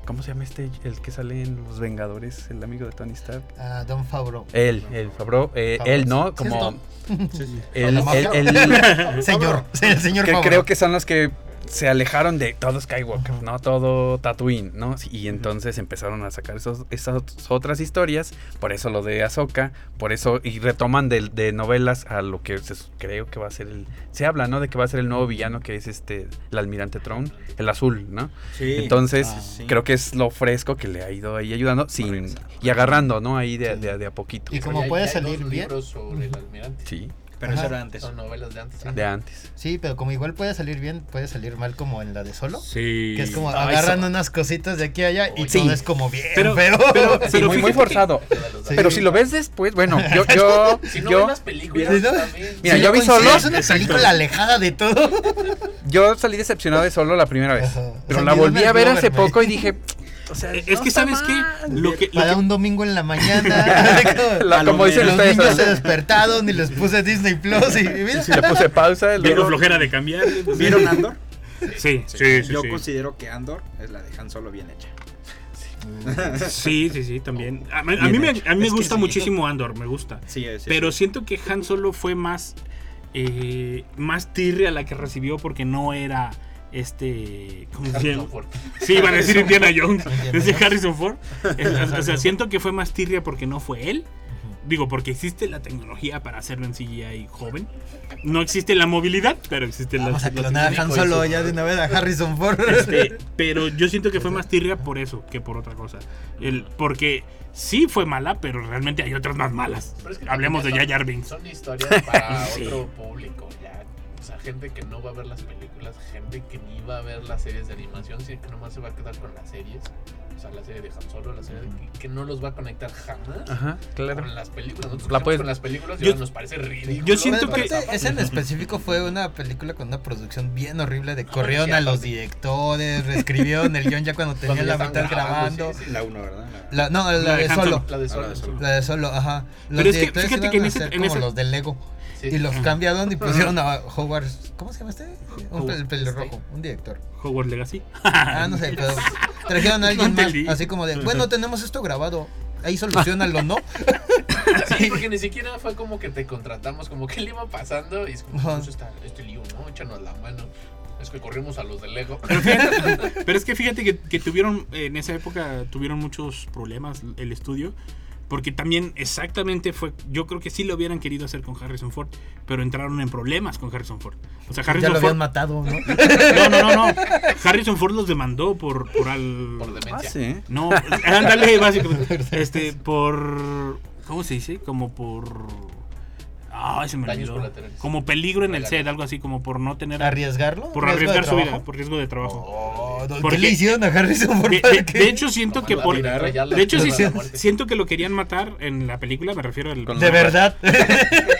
Speaker 4: ¿cómo se llama este el que sale en Los Vengadores, el amigo de Tony Stark?
Speaker 3: Ah, Don Favreau.
Speaker 4: Él, el Favreau, eh, él
Speaker 3: Sí,
Speaker 4: no,
Speaker 3: es
Speaker 4: como
Speaker 3: Don.
Speaker 4: el,
Speaker 3: Don
Speaker 4: el- el-
Speaker 3: Señor, el señor
Speaker 4: que
Speaker 3: Favreau.
Speaker 4: creo que son los que se alejaron de todo Skywalker, ¿no? Todo Tatooine, ¿no? Sí, Y entonces empezaron a sacar esos, esas otras historias, por eso lo de Ahsoka, por eso, y retoman de, de novelas a lo que se- creo que va a ser el... Se habla, ¿no? De que va a ser el nuevo villano que es este, el almirante Tron, el azul, ¿no?
Speaker 5: Sí. Ah,
Speaker 4: Entonces,
Speaker 5: sí.
Speaker 4: creo que es lo fresco que le ha ido ahí ayudando sin, y agarrando, ¿no? Ahí de, de- de a poquito.
Speaker 3: Y como puede salir
Speaker 2: dos
Speaker 3: bien.
Speaker 2: libros sobre el almirante.
Speaker 4: Sí,
Speaker 5: Pero
Speaker 3: Ajá.
Speaker 5: eso era antes.
Speaker 2: Son novelas de antes. Ah.
Speaker 4: de antes.
Speaker 3: Sí, pero como igual puede salir bien, puede salir mal como en la de Solo.
Speaker 1: Sí.
Speaker 3: Que es como
Speaker 4: Ay,
Speaker 3: agarran
Speaker 4: so-
Speaker 3: unas cositas de aquí a allá y
Speaker 4: Sí.
Speaker 3: todo es como bien
Speaker 1: Pero-
Speaker 3: feo.
Speaker 1: pero-
Speaker 4: Sí, muy, muy
Speaker 1: fíjate
Speaker 4: forzado.
Speaker 3: Sí.
Speaker 4: Pero si lo ves después, bueno, yo, yo,
Speaker 2: Si no
Speaker 4: yo,
Speaker 2: ven las películas
Speaker 3: ¿Sí, no?
Speaker 2: también.
Speaker 4: Mira,
Speaker 3: Sí,
Speaker 4: yo vi
Speaker 3: coincido,
Speaker 4: Solo.
Speaker 3: Es una
Speaker 1: Exacto.
Speaker 3: película alejada de todo.
Speaker 4: yo salí decepcionado de solo la primera vez.
Speaker 3: Ajá.
Speaker 4: Pero
Speaker 3: O sea,
Speaker 4: la
Speaker 3: ni
Speaker 4: volví
Speaker 3: Donald
Speaker 4: a ver hace
Speaker 3: Glover,
Speaker 4: poco y dije,
Speaker 1: es que, ¿sabes qué? Lo que, lo
Speaker 3: Para
Speaker 1: que-
Speaker 3: un domingo en la mañana.
Speaker 4: la- como dicen
Speaker 3: los
Speaker 4: ustedes,
Speaker 3: niños se
Speaker 4: ¿verdad?
Speaker 3: despertaron y les puse Disney Plus y y mira.
Speaker 4: le puse pausa.
Speaker 1: Vieron
Speaker 4: luego-
Speaker 1: flojera de cambiar.
Speaker 5: ¿Vieron Andor?
Speaker 1: Sí, sí, sí.
Speaker 5: Yo
Speaker 1: sí.
Speaker 5: considero que Andor es la de Han Solo bien hecha.
Speaker 1: Sí, sí, sí, también. A, mí- a
Speaker 5: Bien
Speaker 1: mí me,
Speaker 5: hecho.
Speaker 1: a mí me
Speaker 5: Es que
Speaker 1: gusta
Speaker 5: sí.
Speaker 1: muchísimo Andor, me gusta.
Speaker 5: Sí, sí.
Speaker 1: Pero siento que Han Solo fue más. eh, más tirria la que recibió porque no era este. ¿Cómo se llama?
Speaker 2: Harrison Ford.
Speaker 1: Sí, iban a decir Indiana Jones.
Speaker 3: Indiana
Speaker 1: Decía
Speaker 3: Jones.
Speaker 1: Harrison Ford. Es- O sea, siento que fue más tirria porque no fue él. Digo, porque existe la tecnología para hacerlo en CGI joven. No existe la movilidad, pero existe la,
Speaker 3: Vamos a
Speaker 1: la
Speaker 3: clonar a Han Solo ya de una vez a Harrison Ford.
Speaker 1: este, pero yo siento que fue más tirria por eso que por otra cosa. El, porque sí fue mala, pero realmente hay otras más malas.
Speaker 2: Pero es que
Speaker 1: Hablemos de
Speaker 2: también
Speaker 1: Jar Jar
Speaker 2: son-
Speaker 1: Binks.
Speaker 2: Son historias para
Speaker 1: Sí.
Speaker 2: otro público. Ya. o sea, gente que no va a ver las películas, gente que ni va a ver las series de animación, sino que nomás se va a quedar con las series. O sea, la serie de Han Solo, la serie de, que, que no los va a conectar jamás
Speaker 1: Ah,
Speaker 4: Ajá, claro.
Speaker 2: con las películas. Nosotros
Speaker 4: La
Speaker 2: crecemos
Speaker 4: puedes-
Speaker 2: con las películas y
Speaker 4: Yo-
Speaker 2: ahora nos parece ridículo.
Speaker 3: Yo siento que esa en específico fue una película con una producción bien horrible de corrieron a los directores, reescribieron el guión ya cuando tenía la mitad grabando.
Speaker 5: La 1, ¿verdad?
Speaker 3: La, no, la, de,
Speaker 5: Han
Speaker 3: solo.
Speaker 5: Solo. La de Solo. Ah, la de Solo.
Speaker 3: La de solo, ajá. Los
Speaker 5: Pero es que,
Speaker 3: directores
Speaker 5: fíjate
Speaker 3: iban
Speaker 5: que en
Speaker 3: a
Speaker 5: ese-
Speaker 3: ser
Speaker 5: en
Speaker 3: como
Speaker 5: ese-
Speaker 3: los de Lego. Y los cambiaron y pusieron a Howard. ¿Cómo se llama este? Un pel- pelirrojo, un director.
Speaker 1: Howard Legacy.
Speaker 3: Ah, no sé, pero trajeron a alguien
Speaker 1: No
Speaker 3: más.
Speaker 1: entendí.
Speaker 3: Así como de, bueno, tenemos esto grabado. Ahí solucionalo, ¿no?
Speaker 2: Sí, porque ni siquiera fue como que te contratamos, como que le iba pasando y es como, pues está este lío, ¿no? Échanos la mano. Es que corrimos a los de Lego.
Speaker 1: Pero es que fíjate que, que tuvieron, eh, en esa época tuvieron muchos problemas el estudio, porque también exactamente fue, yo creo que sí lo hubieran querido hacer con Harrison Ford, pero entraron en problemas con Harrison Ford. O sea,
Speaker 3: ya
Speaker 1: Harrison
Speaker 3: lo
Speaker 1: Ford...
Speaker 3: habían matado, ¿no?
Speaker 1: No, no, no, no. Harrison Ford los demandó por, por al... Por
Speaker 4: demencia. Ah, sí.
Speaker 1: No, ándale, básicamente. Este, por... ¿Cómo se dice? Como por... Ay, se me
Speaker 2: Daños
Speaker 1: olvidó.
Speaker 2: colaterales.
Speaker 1: Como peligro en el
Speaker 2: Regalos.
Speaker 1: set, algo así, como por no tener...
Speaker 3: ¿Arriesgarlo?
Speaker 1: Por
Speaker 3: ¿Riesgo de
Speaker 1: arriesgar su vida,
Speaker 3: trabajo? Oh,
Speaker 1: por riesgo de trabajo.
Speaker 3: ¿Qué
Speaker 1: Porque-
Speaker 3: le hicieron a Harrison Ford
Speaker 1: de,
Speaker 3: para
Speaker 1: de-
Speaker 3: que-
Speaker 1: de hecho siento que
Speaker 3: la
Speaker 1: por
Speaker 3: vida, rayarla,
Speaker 1: de hecho sí
Speaker 3: la vida, la
Speaker 1: si- siento que lo querían matar en la película me refiero al
Speaker 3: De verdad.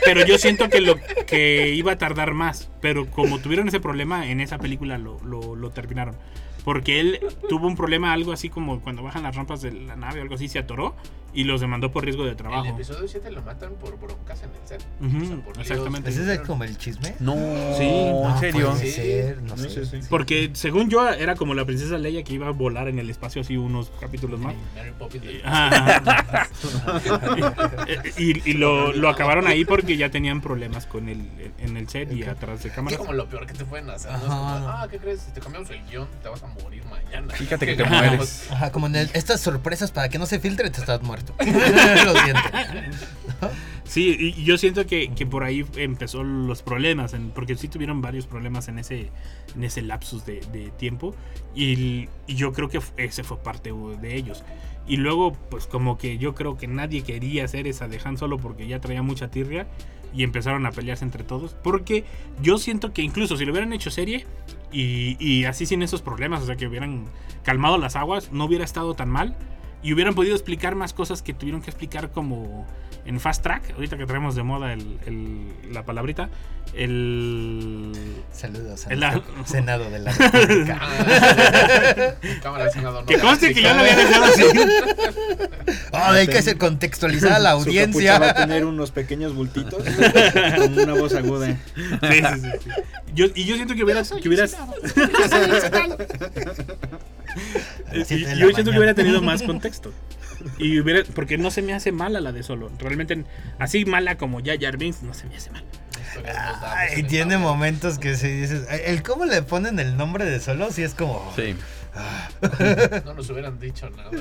Speaker 1: pero yo siento que lo que iba a tardar más pero como tuvieron ese problema en esa película lo, lo- lo terminaron porque él tuvo un problema algo así como cuando bajan las rampas de la nave algo así se atoró y los demandó por riesgo de
Speaker 2: En el
Speaker 1: trabajo
Speaker 2: episodio 7 lo matan por broncas en el set.
Speaker 1: Ujú,
Speaker 2: O sea, por líos.
Speaker 1: exactamente.
Speaker 3: ¿Ese es como el chisme?
Speaker 4: No.
Speaker 1: Sí, Ah, en serio.
Speaker 3: puede ser, no sé.
Speaker 1: Porque según yo era como la princesa Leia que iba a volar en el espacio así unos capítulos más.
Speaker 2: Mary Poppins del-
Speaker 1: Ajá. y y lo, lo acabaron ahí porque ya tenían problemas con el en el set y atrás de
Speaker 2: Es
Speaker 1: cámara.
Speaker 2: como lo peor que te pueden hacer. ¿no? Es
Speaker 3: Ajá.
Speaker 2: como, ah, ¿qué crees? Si te cambiamos el guión, te vas a morir mañana.
Speaker 4: Fíjate que
Speaker 2: ¿Qué
Speaker 4: te
Speaker 2: ganamos?
Speaker 4: mueres.
Speaker 3: Ajá, como en el- estas sorpresas para que no se filtre, te estás muerto. Lo siento.
Speaker 1: Sí, y y yo siento que, que por ahí empezó los problemas, en- porque sí tuvieron varios problemas en ese, en ese lapsus de, de tiempo, y, l- y yo creo que f- ese fue parte u- de ellos. Y luego, pues como que yo creo que nadie quería hacer esa de Han Solo porque ya traía mucha tirria, y empezaron a pelearse entre todos, porque yo siento que incluso si lo hubieran hecho serie, y, y así sin esos problemas, o sea, que hubieran calmado las aguas, no hubiera estado tan mal, y hubieran podido explicar más cosas que tuvieron que explicar como en Fast Track, ahorita que traemos de moda el, el- la palabrita, el...
Speaker 3: Saludos al
Speaker 1: El la-
Speaker 3: Senado de la República.
Speaker 2: Cámara, Senado, no.
Speaker 1: Que conste que yo lo había dejado así.
Speaker 3: Ah, hay que hacer
Speaker 1: pues,
Speaker 3: contextualizar a la
Speaker 5: Su capucha va a
Speaker 3: audiencia.
Speaker 5: tener unos pequeños bultitos con una voz aguda.
Speaker 1: Sí, sí, sí, sí. Yo- y yo siento que hubiera... que hubiera-
Speaker 3: A
Speaker 1: eh, Y-
Speaker 3: las siete de
Speaker 1: y yo siento
Speaker 3: la
Speaker 1: que
Speaker 3: mañana.
Speaker 1: hubiera tenido más contexto. Y hubiera, porque no se me hace mala la de solo. Realmente, así mala como ya Jarvis, no se me hace mala.
Speaker 3: Ay, tiene momentos que sí dices. ay, El cómo le ponen el nombre de solo, sí es como. ah,
Speaker 4: Sí.
Speaker 2: No nos hubieran dicho nada.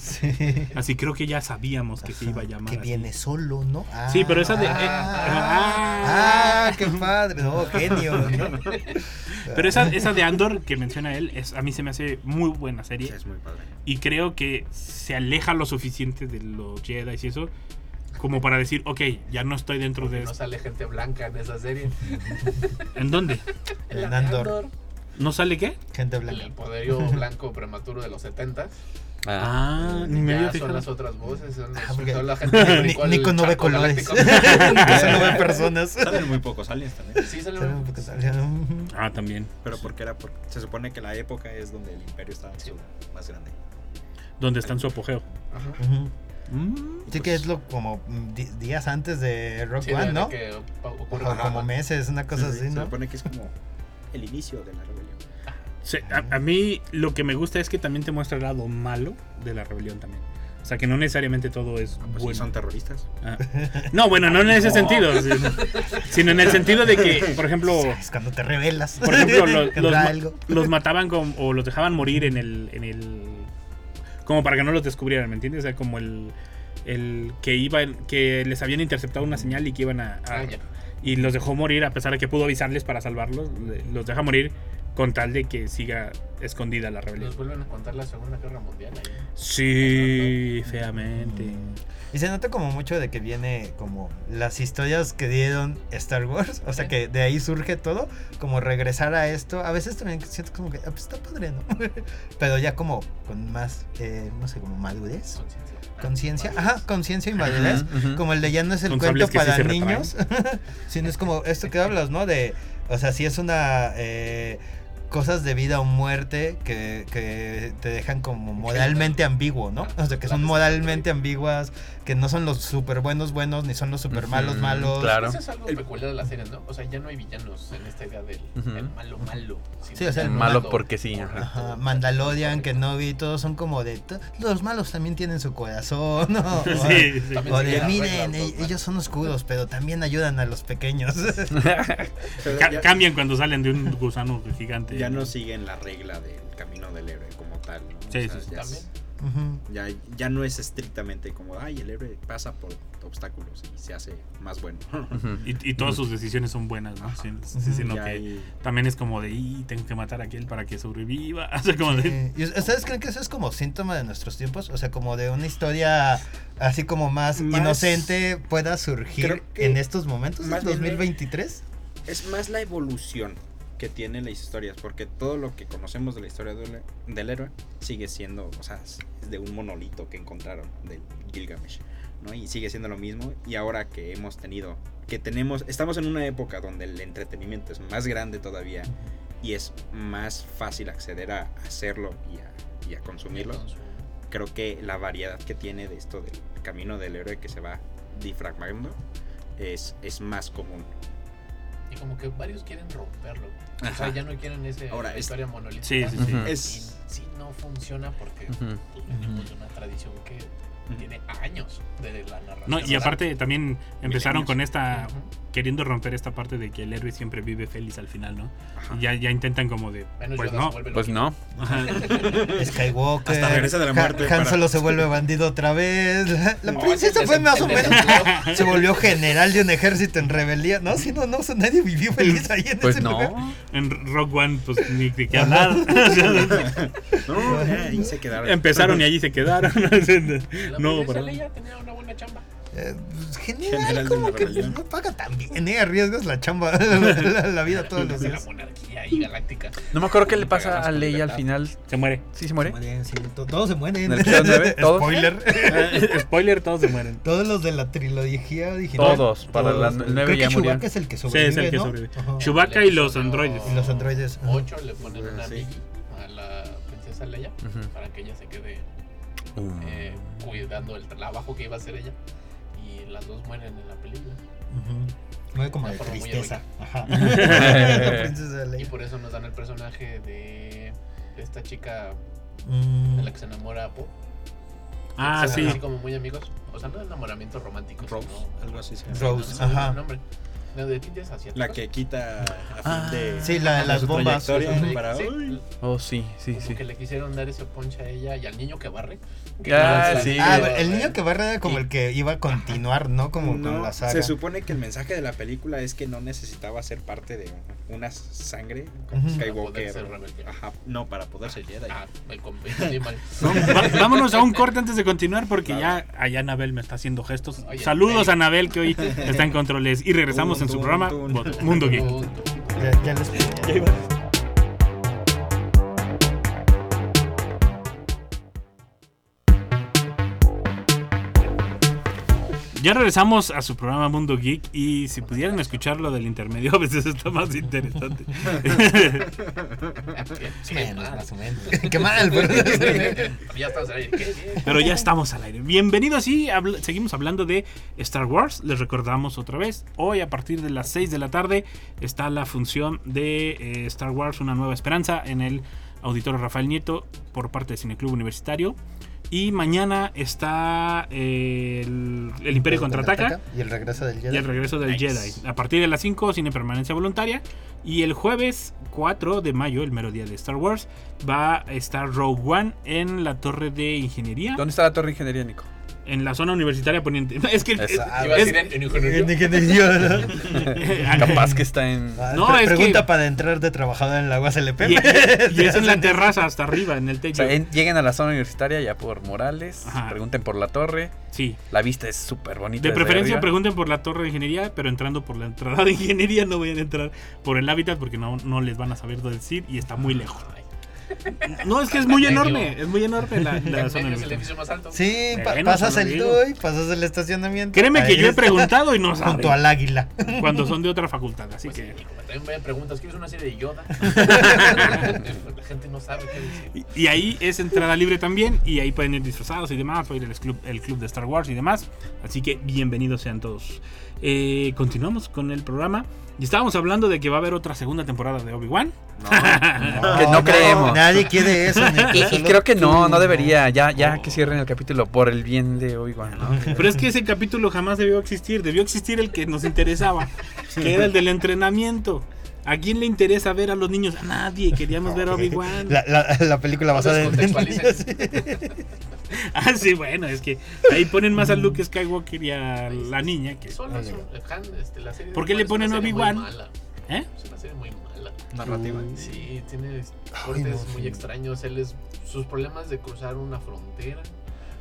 Speaker 3: Sí.
Speaker 1: Así creo que ya sabíamos que se iba a llamar.
Speaker 3: Que
Speaker 1: así.
Speaker 3: viene solo, ¿no? Ah,
Speaker 1: Sí, pero esa de- eh,
Speaker 3: Ah, ah, qué padre. No, genio. ¿no?
Speaker 1: Pero esa, esa de Andor que menciona él, es, a mí se me hace muy buena serie.
Speaker 5: Es muy padre.
Speaker 1: Y creo que se aleja lo suficiente de los Jedi y eso. Como para decir, ok, ya no estoy dentro de
Speaker 2: No
Speaker 1: esto.
Speaker 2: sale gente blanca en esa serie.
Speaker 1: ¿En dónde?
Speaker 3: En
Speaker 2: La de
Speaker 3: Andor.
Speaker 2: Andor,
Speaker 1: ¿No sale qué?
Speaker 3: Gente
Speaker 2: el
Speaker 3: blanca.
Speaker 2: el poderío blanco prematuro de los 70
Speaker 4: Ah,
Speaker 1: Ah, ni me había
Speaker 2: Ya son
Speaker 1: fijado.
Speaker 2: las otras voces. Son los-
Speaker 3: Ah, porque-
Speaker 2: son la gente que brincó
Speaker 3: Ni-
Speaker 2: al
Speaker 3: Nico no ve
Speaker 2: charco
Speaker 3: colores. Nico
Speaker 2: galáctico.
Speaker 3: solo ve personas.
Speaker 5: Salen muy pocos aliens también.
Speaker 2: Sí, sale un poco.
Speaker 1: Ah, también.
Speaker 5: Pero porque era por- se supone que la época es donde el imperio estaba en su más grande.
Speaker 1: Donde está en su apogeo.
Speaker 2: Ajá.
Speaker 3: Ujú.
Speaker 5: Y
Speaker 3: Sí,
Speaker 5: pues,
Speaker 3: que es lo como mm, di- días antes de Rock
Speaker 2: Sí,
Speaker 3: One,
Speaker 2: de
Speaker 3: ¿no?
Speaker 2: que pa- ocurre
Speaker 3: O
Speaker 2: una-
Speaker 3: como meses, una cosa
Speaker 5: sí,
Speaker 3: así,
Speaker 5: Se
Speaker 3: ¿no?
Speaker 5: supone que es como el inicio de la rebelión.
Speaker 1: Se- a, a mí lo que me gusta es que también te muestra el lado malo de la rebelión también. O sea, que no necesariamente todo es
Speaker 5: Ah, pues sí,
Speaker 1: bueno.
Speaker 5: son terroristas.
Speaker 1: Ah. No, bueno, no en ese sentido. sino- Sino en el sentido de que, por ejemplo,
Speaker 3: Es cuando te revelas.
Speaker 1: Por ejemplo, lo- los,
Speaker 3: Contra
Speaker 1: ma-
Speaker 3: algo.
Speaker 1: los mataban con- o los dejaban morir en el, en el. Como para que no los descubrieran, ¿me entiendes? O sea, como el. El que iban. Que les habían interceptado una señal y que iban a. a-
Speaker 2: Ah, ya.
Speaker 1: y los dejó morir a pesar de que pudo avisarles para salvarlos. le- Los deja morir con tal de que siga escondida la rebelión.
Speaker 2: Nos vuelven a contar la Segunda Guerra Mundial. ahí.
Speaker 1: Sí, feamente.
Speaker 3: Y se nota como mucho de que viene como las historias que dieron Star Wars, o sea que de ahí surge todo, como regresar a esto. A veces también siento como que ah, pues está padre, ¿no? Pero ya como con más, eh, no sé, como madurez. Conciencia, ajá, conciencia y madurez.
Speaker 5: Ujú, ujú.
Speaker 3: Como el de ya no es el
Speaker 5: Con
Speaker 3: cuento
Speaker 5: sables que sí
Speaker 3: para
Speaker 5: se retraen.
Speaker 3: niños, sino es como esto que hablas, ¿no? De, o sea, si es una. eh, cosas de vida o muerte que, que te dejan como moralmente ambiguo, ¿no? O sea, que son moralmente ambiguas, que no son los súper buenos buenos, ni son los súper malos
Speaker 5: Ujú,
Speaker 3: malos.
Speaker 5: claro.
Speaker 2: Eso es algo peculiar de las series, ¿no? O sea, ya no hay villanos en esta idea del
Speaker 5: Ujú.
Speaker 2: el malo malo. sino
Speaker 3: Sí, o sea,
Speaker 2: el
Speaker 3: el
Speaker 5: Malo
Speaker 2: malo.
Speaker 5: porque sí, ajá.
Speaker 3: Ajá, Mandalorian, Kenobi, todos son como de... "T- Los malos también tienen su corazón, ¿no?
Speaker 4: Ah.
Speaker 3: O-
Speaker 1: Sí, sí.
Speaker 3: O
Speaker 2: Sí,
Speaker 3: de,
Speaker 2: ya,
Speaker 3: miren,
Speaker 2: arregla los
Speaker 3: e-
Speaker 2: dos, ¿no?"
Speaker 3: ellos son oscuros, pero también ayudan a los pequeños.
Speaker 4: O sea,
Speaker 1: Ca-
Speaker 4: ya-
Speaker 1: cambian cuando salen de un gusano gigante.
Speaker 4: ya no siguen la regla del camino del héroe como tal. ¿no? O
Speaker 1: Sí, sí,
Speaker 4: sea,
Speaker 1: sí.
Speaker 4: ya, es-
Speaker 3: Ujú.
Speaker 4: ya, ya no es estrictamente como, ay, el héroe pasa por obstáculos y se hace más bueno.
Speaker 5: Ujú.
Speaker 1: Y, y todas sus decisiones son buenas, ¿no? Sí, sí, sino
Speaker 4: Mm. Ya
Speaker 1: que
Speaker 4: hay-
Speaker 1: también es como de, y tengo que matar a aquel para que sobreviva. O sea, como de,
Speaker 3: Sí. Eh, ¿Y ¿Ustedes creen que eso es como síntoma de nuestros tiempos? O sea, como de una historia así como más,
Speaker 4: Más-
Speaker 3: inocente pueda surgir
Speaker 4: Creo que-
Speaker 3: en estos momentos,
Speaker 4: más
Speaker 3: en
Speaker 4: bien-
Speaker 3: 2023.
Speaker 4: Es más la evolución que tienen las historias, porque todo lo que conocemos de la historia del, del héroe sigue siendo, o sea, es es de un monolito que encontraron del Gilgamesh, ¿no? Y sigue siendo lo mismo. Y ahora que hemos tenido, que tenemos, estamos en una época donde el entretenimiento es más grande todavía y es más fácil acceder a hacerlo y a, y a consumirlo. Creo que la variedad que tiene de esto del camino del héroe que se va difragmando es, es más común.
Speaker 2: Y como que varios quieren romperlo. O sea,
Speaker 4: Ajá.
Speaker 2: ya no quieren ese,
Speaker 4: Ahora,
Speaker 2: la
Speaker 4: es-
Speaker 2: historia monolítica.
Speaker 1: Sí, sí, sí.
Speaker 5: Ujú.
Speaker 2: Y
Speaker 4: Es-
Speaker 2: sí no funciona porque
Speaker 5: Ujú.
Speaker 2: pues, venimos de una tradición que tiene años de la narración.
Speaker 1: No, y aparte ah, también empezaron con esta,
Speaker 2: Ujú.
Speaker 1: queriendo romper esta parte de que el héroe siempre vive feliz al final, ¿no?
Speaker 4: Ajá.
Speaker 1: Y ya, ya intentan como de,
Speaker 2: Menos Yoda
Speaker 1: pues
Speaker 2: se
Speaker 1: no.
Speaker 2: vuelve
Speaker 5: Pues
Speaker 2: loquito.
Speaker 5: no.
Speaker 1: Ajá.
Speaker 3: Skywalker.
Speaker 4: Hasta regresa de la
Speaker 3: Ha-
Speaker 4: muerte
Speaker 3: Han,
Speaker 4: para-
Speaker 3: Solo se vuelve bandido otra vez. La, la
Speaker 2: No,
Speaker 3: princesa
Speaker 2: ese-
Speaker 3: fue
Speaker 2: ese-
Speaker 3: más o
Speaker 2: el
Speaker 3: menos.
Speaker 2: desempleo.
Speaker 3: Se volvió general de un ejército en rebelión. No, si no, no, o sea, nadie vivió feliz ahí en
Speaker 5: Pues
Speaker 3: ese lugar.
Speaker 5: no.
Speaker 1: En Rock One, pues ni de qué hablar. O sea,
Speaker 4: No, ahí se quedaron.
Speaker 1: empezaron y allí se quedaron.
Speaker 2: Pues, La
Speaker 1: no,
Speaker 2: princesa
Speaker 1: perdón.
Speaker 2: Leia tenía una buena chamba.
Speaker 3: Eh, pues, general,
Speaker 4: General de
Speaker 3: como
Speaker 4: una
Speaker 3: que
Speaker 4: rebelión.
Speaker 3: no paga tan bien. ¿eh? Arriesgas la chamba, la, la vida todos los
Speaker 2: De la
Speaker 3: días.
Speaker 2: monarquía y galáctica.
Speaker 5: No me acuerdo qué le
Speaker 2: Te
Speaker 5: pasa
Speaker 2: agarras
Speaker 5: a
Speaker 2: con
Speaker 5: Leia al
Speaker 2: libertad.
Speaker 5: final.
Speaker 1: Se muere.
Speaker 5: ¿Sí se muere?
Speaker 3: Mueren, sí, to- todos se
Speaker 5: ¿En
Speaker 3: mueren.
Speaker 5: el episodio nueve? ¿Todos?
Speaker 3: Spoiler.
Speaker 1: Spoiler, todos se mueren.
Speaker 3: Todos los de la trilogía original.
Speaker 5: Todos. Para la
Speaker 3: Todos.
Speaker 5: el nueve
Speaker 3: Creo
Speaker 5: ya
Speaker 3: que
Speaker 5: murió.
Speaker 3: Chewbacca es el que
Speaker 1: Sí,
Speaker 3: sobrevive,
Speaker 1: es el que
Speaker 3: ¿no?
Speaker 1: sobrevive.
Speaker 3: Ajá.
Speaker 1: Chewbacca y los androides.
Speaker 3: Y los androides, ajá.
Speaker 2: 8 le ponen
Speaker 4: Ah,
Speaker 2: una
Speaker 4: sí.
Speaker 2: Biggie a la princesa Leia
Speaker 5: Ujú.
Speaker 2: para que ella se quede
Speaker 4: Mm.
Speaker 2: eh,
Speaker 3: Ah.
Speaker 2: cuidando el trabajo que iba a hacer ella. Y las dos mueren en la película.
Speaker 3: Ujú. Mueve como
Speaker 2: Una
Speaker 3: de
Speaker 2: forma muy
Speaker 3: tristeza. Ajá. La princesa
Speaker 2: Y
Speaker 3: Leia.
Speaker 2: por eso nos dan el personaje de de esta chica
Speaker 3: Mm,
Speaker 2: de la que se enamora a Poe.
Speaker 1: Ah,
Speaker 2: Se
Speaker 1: sí.
Speaker 2: hacen Así como muy amigos. O sea, no enamoramiento romántico.
Speaker 4: Rose,
Speaker 2: sino-
Speaker 4: algo así. se llama.
Speaker 3: Rose,
Speaker 2: No, no,
Speaker 3: ajá.
Speaker 2: el nombre. No, de tintes asiáticos.
Speaker 4: La que quita a fin de
Speaker 3: Sí, la de
Speaker 4: de
Speaker 3: las
Speaker 4: su
Speaker 3: bombas.
Speaker 4: trayectoria
Speaker 3: Ujú.
Speaker 4: para-
Speaker 2: Sí,
Speaker 4: Uy.
Speaker 5: Oh, sí, sí,
Speaker 2: como
Speaker 5: sí.
Speaker 2: que le quisieron dar ese ponche a ella y al niño que barre.
Speaker 5: Ah,
Speaker 2: No,
Speaker 5: sí.
Speaker 3: Ah,
Speaker 2: no,
Speaker 3: el niño
Speaker 2: eh,
Speaker 3: que barra era como el que iba a continuar, ¿no? Como con
Speaker 4: No,
Speaker 3: la saga.
Speaker 4: se supone que el mensaje de la película es que no necesitaba ser parte de una sangre como
Speaker 3: Ujú.
Speaker 2: Para poder ser
Speaker 4: Skywalker.
Speaker 2: rebelde.
Speaker 4: Ajá, no, para poder ser Jedi.
Speaker 2: Ah, me comprendí mal.
Speaker 1: Va- Vámonos a un corte antes de continuar porque
Speaker 4: Claro.
Speaker 1: ya allá Anabel me está haciendo gestos.
Speaker 2: Oye,
Speaker 1: Saludos
Speaker 2: hey.
Speaker 1: a Anabel que hoy está en controles y regresamos
Speaker 4: Tun,
Speaker 1: en su
Speaker 4: tun,
Speaker 1: programa
Speaker 4: tun.
Speaker 1: Bot- Mundo Geek.
Speaker 3: Ya, ya les
Speaker 1: Ya regresamos a su programa Mundo Geek y si pudieran escuchar lo del intermedio a veces está más interesante.
Speaker 2: Sí,
Speaker 3: Sí, menos,
Speaker 2: más.
Speaker 3: más o menos. Qué mal, pero-
Speaker 2: Ya estamos ahí. Qué bien.
Speaker 1: Pero ya estamos al aire. Bienvenidos y habl- seguimos hablando de Star Wars. Les recordamos otra vez, hoy a partir de las 6 de la tarde está la función de eh, Star Wars Una Nueva Esperanza en el auditorio Rafael Nieto por parte de Cineclub Universitario. Y mañana está eh, el, el Imperio Contraataca
Speaker 3: Y el regreso del Jedi.
Speaker 1: y el regreso del Jedi. A partir de las 5, cine permanencia voluntaria. Y el jueves 4 de mayo, el mero día de Star Wars, va a estar Rogue One en la Torre de Ingeniería.
Speaker 5: ¿Dónde está la torre de ingeniería, Nico?
Speaker 1: en la zona universitaria poniente. Es que. es-
Speaker 3: Exacto.
Speaker 1: es-
Speaker 3: Iba a decir en ingeniería. En ingeniería, ¿no?
Speaker 4: Capaz que está en.
Speaker 1: No,
Speaker 3: Pre-
Speaker 1: es que-
Speaker 3: pregunta para entrar de trabajador en la UASLP.
Speaker 1: Y, y es en la terraza hasta arriba, en el
Speaker 4: O
Speaker 1: techo.
Speaker 4: sea, en- lleguen a la zona universitaria ya por Morales,
Speaker 1: Ajá.
Speaker 4: pregunten por la torre.
Speaker 1: Sí.
Speaker 4: La vista es súper bonita.
Speaker 1: De
Speaker 4: desde
Speaker 1: preferencia
Speaker 4: arriba.
Speaker 1: pregunten por la torre de ingeniería, pero entrando por la entrada de ingeniería no vayan a entrar por el hábitat porque no, no les van a saber decir y está muy lejos. No, es que es muy
Speaker 3: En medio.
Speaker 1: enorme, es muy enorme la, la zona del
Speaker 3: Sí, pa-
Speaker 1: Bueno,
Speaker 3: pasas
Speaker 1: se lo
Speaker 3: el
Speaker 1: digo.
Speaker 3: TUI, pasas el estacionamiento.
Speaker 1: Créeme que
Speaker 3: Ahí
Speaker 1: yo he
Speaker 3: está.
Speaker 1: preguntado y no saben.
Speaker 3: Junto al águila.
Speaker 1: Cuando son de otra facultad, así que.
Speaker 2: Pues También me preguntas, ¿quieres una serie de Yoda? la gente no sabe qué decir.
Speaker 1: Y ahí es entrada libre también y ahí pueden ir disfrazados y demás, pueden ir al club, el club de Star Wars y demás. Así que bienvenidos sean todos. Eh, continuamos con el programa y estábamos hablando de que va a haber otra segunda temporada de Obi-Wan.
Speaker 4: Que no, creemos. y, y creo que no,
Speaker 1: tú,
Speaker 4: no debería. Ya, ya que cierren el capítulo por el bien de Obi-Wan. ¿no?
Speaker 1: Pero es que ese capítulo jamás debió existir. Debió existir el que nos interesaba, que era el del entrenamiento. ¿A quién le interesa ver a los niños? A nadie. Queríamos ver a Obi-Wan.
Speaker 3: La, la- la película basada en.
Speaker 1: Ah, sí, bueno, es que ahí ponen más a Luke Skywalker y a la niña. Que...
Speaker 2: Solo eso, Han, este, la serie de
Speaker 1: ¿Por qué le
Speaker 2: Obi-Wan es
Speaker 1: ponen
Speaker 2: una serie muy
Speaker 1: Obi-Wan?
Speaker 2: mala.
Speaker 1: ¿Eh?
Speaker 2: Es una serie muy mala.
Speaker 5: Narrativa.
Speaker 2: Sí, tiene cortes
Speaker 5: no,
Speaker 2: muy
Speaker 5: sí.
Speaker 2: extraños. Él es, sus problemas de cruzar una frontera,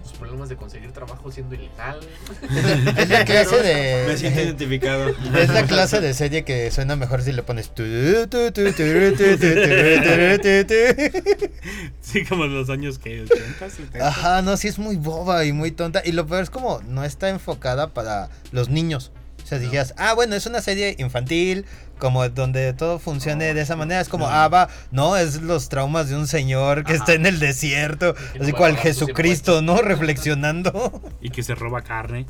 Speaker 2: sus problemas de conseguir trabajo siendo ilegal.
Speaker 3: Es la clase de.
Speaker 2: Me siento
Speaker 5: identificado.
Speaker 3: Es la clase de serie que suena mejor si le pones. tu, tu, tu, tu, tu, tu, tu, tu, tu, tu, tu.
Speaker 1: Sí, como los años que 80, 70.
Speaker 3: Ajá, no, sí es muy boba y muy tonta. Y lo peor es como no está enfocada para los niños. O sea, dijeras, ah, bueno, es una serie infantil, como donde todo funcione de esa manera. Es como, ah, va, no, es los traumas de un señor que está en el desierto, así cual Jesucristo, ¿no? Reflexionando.
Speaker 1: Y que se roba carne.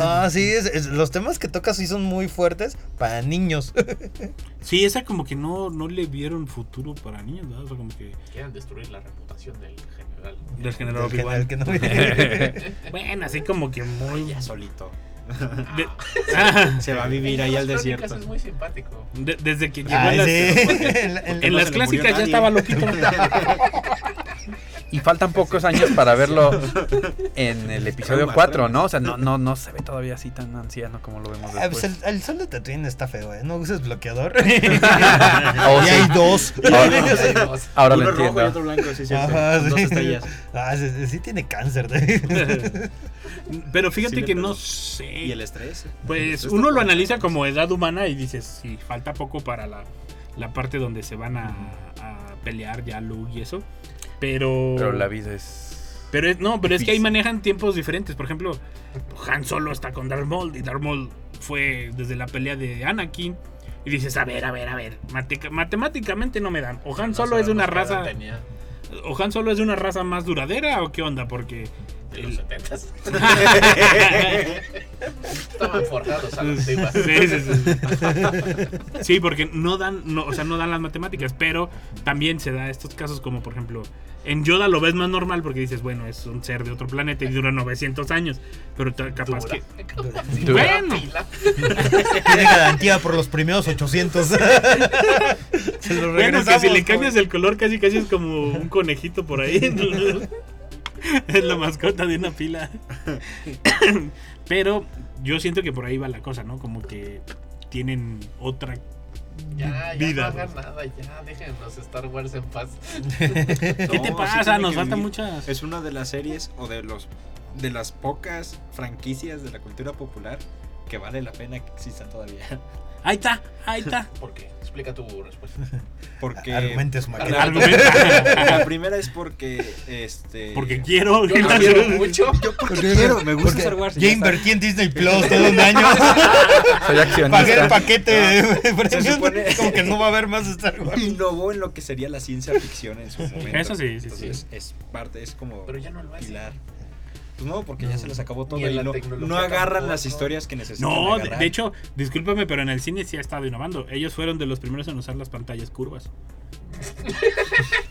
Speaker 3: Ah, sí, es- es- los temas que toca sí son muy fuertes para niños.
Speaker 1: Sí, esa como que no, no le vieron futuro para niños, ¿verdad? O sea, como que.
Speaker 2: Quieren destruir la reputación del general.
Speaker 1: Del general
Speaker 3: Del
Speaker 1: Obi-Wan.
Speaker 3: general que no-
Speaker 1: bueno, así como que muy.
Speaker 5: solito.
Speaker 1: Ah.
Speaker 5: Se va a vivir ahí al
Speaker 2: Las crónicas
Speaker 5: desierto.
Speaker 2: Es muy simpático.
Speaker 1: De- desde que llegó
Speaker 5: Ay,
Speaker 1: a las-
Speaker 5: sí.
Speaker 1: en,
Speaker 5: En
Speaker 1: las
Speaker 5: no se le murió
Speaker 1: clásicas ya
Speaker 5: nadie.
Speaker 1: estaba loquito.
Speaker 4: Y faltan pocos años para verlo en el episodio
Speaker 3: Trauma,
Speaker 4: 4, ¿no? O sea, no, no, no se ve todavía así tan anciano como lo vemos
Speaker 3: Ah, pues el,
Speaker 4: después.
Speaker 3: el sol de Tatooine está feo, ¿eh? No uses bloqueador.
Speaker 4: Oh,
Speaker 3: y
Speaker 4: sí.
Speaker 3: hay dos.
Speaker 4: Ahora- ahora lo Uno rojo y entiendo.
Speaker 5: otro blanco, sí, cierto.
Speaker 3: Ajá,
Speaker 5: Dos
Speaker 3: sí.
Speaker 5: estrellas.
Speaker 3: Ah, sí, sí, sí tiene cáncer. ¿eh?
Speaker 1: Pero fíjate
Speaker 5: Sí le
Speaker 1: que
Speaker 5: pegó.
Speaker 1: no sé.
Speaker 5: ¿Y el estrés? El
Speaker 1: Pues
Speaker 5: estrés
Speaker 1: uno lo
Speaker 5: tampoco.
Speaker 1: analiza como edad humana y dices, sí, falta poco para la, la parte donde se van a, a pelear ya Luke y eso. Pero.
Speaker 4: Pero la vida es.
Speaker 1: Pero es- no, pero es que ahí
Speaker 4: Difícil.
Speaker 1: manejan tiempos diferentes. Por ejemplo, Han Solo está con Darth Maul y Darth Maul fue desde la pelea de Anakin. Y dices, a ver, a ver, a ver, matica- matemáticamente no me dan. O Han Solo es de una raza. O Han Solo es de una raza más duradera o qué onda, porque
Speaker 2: De los 70 Estaban
Speaker 1: Estaban
Speaker 2: forjados a las
Speaker 1: sí,
Speaker 2: divas.
Speaker 1: sí, sí. Sí, porque no dan, no, o sea, no dan las matemáticas, pero también se da estos casos como por ejemplo, en Yoda lo ves más normal porque dices, bueno, es un ser de otro planeta y dura 900 años, pero ta- capaz que
Speaker 3: Dura.
Speaker 1: bueno,
Speaker 3: tiene garantía por los primeros 800. Se lo
Speaker 1: bueno, que
Speaker 3: regresamos.
Speaker 1: si le cambias el color casi casi es como un conejito por ahí. es la mascota de una pila. Pero yo siento que por ahí va la cosa, ¿no? Como que tienen otra
Speaker 2: Ya, ya
Speaker 1: vida.
Speaker 2: no hagan nada, ya déjenos Star Wars en paz.
Speaker 1: ¿Qué te
Speaker 5: No,
Speaker 1: pasa?
Speaker 5: sí tiene
Speaker 1: Nos
Speaker 5: que
Speaker 1: faltan
Speaker 5: vivir.
Speaker 1: muchas.
Speaker 5: Es una de las series o de los de las pocas franquicias de la cultura popular que vale la pena que existan todavía.
Speaker 1: Ahí está, ahí está.
Speaker 2: ¿Por qué? Explica tu respuesta.
Speaker 3: Ah,
Speaker 5: Porque
Speaker 3: Argumentos,
Speaker 5: la,
Speaker 3: Maqueda.
Speaker 5: Argumenta. la primera es porque este
Speaker 1: Porque quiero.
Speaker 5: Yo la quiero mucho. Yo porque quiero, me gusta
Speaker 3: Porque
Speaker 5: Star Wars. y
Speaker 3: Ya
Speaker 5: ya está.
Speaker 3: invertí en Disney Plus todo un año.
Speaker 4: Soy
Speaker 3: Pagué el
Speaker 4: accionista.
Speaker 3: paquete. de
Speaker 5: Se
Speaker 3: premium,
Speaker 5: supone-
Speaker 3: Como que no va a haber más Star Wars.
Speaker 5: Innovó en lo que sería la ciencia ficción en su momento.
Speaker 1: Eso sí, sí,
Speaker 5: Entonces, Es parte, es como
Speaker 2: Pero ya no lo hace.
Speaker 5: pilar. Pues no, porque ya se les acabó todo
Speaker 2: Ni en
Speaker 5: y
Speaker 2: la
Speaker 5: no,
Speaker 2: tecnología
Speaker 5: no agarran
Speaker 2: tampoco.
Speaker 5: las historias que necesitan.
Speaker 1: No, de,
Speaker 5: agarrar.
Speaker 1: de hecho, discúlpame, pero en el cine sí ha estado innovando. Ellos fueron de los primeros en usar las pantallas curvas.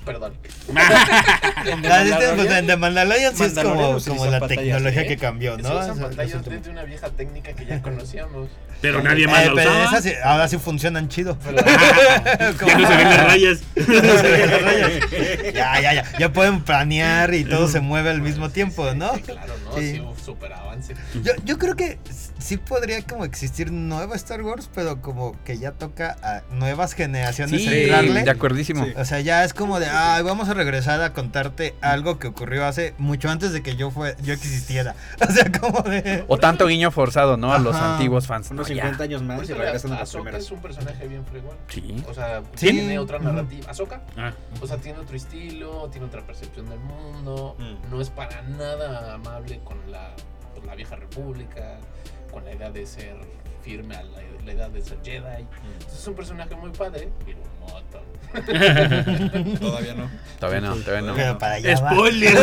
Speaker 2: Perdón.
Speaker 3: La de, este, pues, de- de Mandalorian sí es
Speaker 2: Mandalorian
Speaker 3: como,
Speaker 2: utilizan
Speaker 3: como la
Speaker 2: pantallas,
Speaker 3: tecnología
Speaker 2: ¿eh?
Speaker 3: que cambió,
Speaker 2: Se
Speaker 3: ¿no?
Speaker 2: usan
Speaker 3: Eso-
Speaker 2: pantallas
Speaker 3: eso-
Speaker 2: desde una vieja técnica que ya conocíamos.
Speaker 1: Pero nadie más la
Speaker 3: Ah, pero
Speaker 1: usaba.
Speaker 3: esas sí- ahora sí funcionan chido.
Speaker 1: Ya no se ven las rayas.
Speaker 3: Ya no se ven las rayas. Ya, ya, ya. Ya pueden planear y todo se mueve al mismo tiempo, ¿no?
Speaker 2: Sí, claro, ¿no?
Speaker 3: Sí.
Speaker 2: Sí, uf, super avance.
Speaker 3: Yo, yo creo que s- sí podría como existir nueva Star Wars, pero como que ya toca a nuevas generaciones
Speaker 4: Sí,
Speaker 3: entrarle.
Speaker 4: de acuerdísimo.
Speaker 3: O sea, ya es como de, ay, vamos a regresar a contarte algo que ocurrió hace mucho antes de que yo fue, yo existiera. O sea, como de...
Speaker 4: O tanto guiño forzado, ¿no? A los
Speaker 3: Ajá.
Speaker 4: antiguos fans.
Speaker 5: Unos
Speaker 4: No, ya.
Speaker 5: 50 años
Speaker 2: Por
Speaker 5: más y
Speaker 2: eso
Speaker 5: regresan a las
Speaker 2: Ahsoka
Speaker 5: primeras.
Speaker 2: es un personaje bien fregón.
Speaker 4: Sí.
Speaker 2: O sea,
Speaker 3: Sí.
Speaker 2: tiene otra
Speaker 3: Ujú.
Speaker 2: narrativa. Ahsoka,
Speaker 1: Ah,
Speaker 2: o sea, tiene otro estilo, tiene otra percepción del mundo.
Speaker 5: Mm.
Speaker 2: No es para nada amable con la, pues, la vieja república, con la idea de ser firme a la, la edad de ser Jedi. Entonces es un personaje muy padre, pero no tan
Speaker 5: Todavía no.
Speaker 4: Todavía no, todavía no.
Speaker 3: Pero para allá va.
Speaker 1: Spoiler.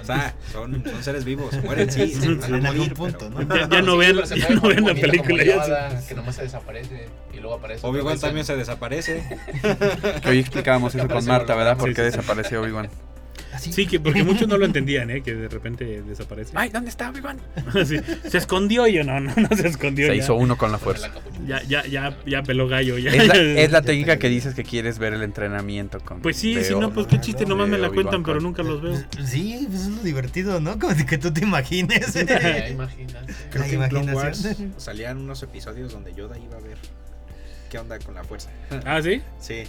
Speaker 5: O sea, son, son seres vivos, mueren, sí,
Speaker 3: Sí,
Speaker 5: se van a
Speaker 3: en algún
Speaker 5: morir,
Speaker 3: punto,
Speaker 5: pero-
Speaker 1: Ya, ya no vean, ya no vean la película. ya se-
Speaker 2: que nomás se desaparece y luego aparece. otra
Speaker 5: Obi-Wan
Speaker 2: vez en-
Speaker 5: también se desaparece.
Speaker 4: Que hoy explicábamos eso con
Speaker 2: Aparece
Speaker 4: Marta, ¿verdad?
Speaker 2: Obi-Wan.
Speaker 4: ¿Por
Speaker 2: Sí,
Speaker 4: qué desapareció Obi-Wan?
Speaker 1: Sí, que porque muchos no lo entendían, ¿eh? Que de repente desaparece.
Speaker 4: Ay, ¿dónde está Obi-Wan?
Speaker 1: Sí. Se escondió yo, no, no, no se escondió.
Speaker 4: Se
Speaker 1: ya.
Speaker 4: hizo uno con la
Speaker 2: con el
Speaker 4: fuerza.
Speaker 2: capuchino.
Speaker 1: Ya, ya, ya, ya peló gallo. Ya,
Speaker 4: Es la,
Speaker 1: ya-
Speaker 4: es la técnica que dices que quieres ver el entrenamiento con.
Speaker 1: Pues sí,
Speaker 4: de
Speaker 1: si no,
Speaker 4: Obi-
Speaker 1: pues qué chiste,
Speaker 4: de
Speaker 1: nomás me la
Speaker 4: Obi-Wan
Speaker 1: cuentan, pero
Speaker 4: con-
Speaker 1: nunca los veo.
Speaker 3: Sí, pues es lo divertido, ¿no? Como de que tú te imagines.
Speaker 2: Ya, imagínate.
Speaker 5: Creo
Speaker 3: La
Speaker 5: que en Clone Wars
Speaker 3: imaginación.
Speaker 5: salían unos episodios donde Yoda iba a ver qué onda con la fuerza.
Speaker 1: Ah, sí.
Speaker 5: Sí.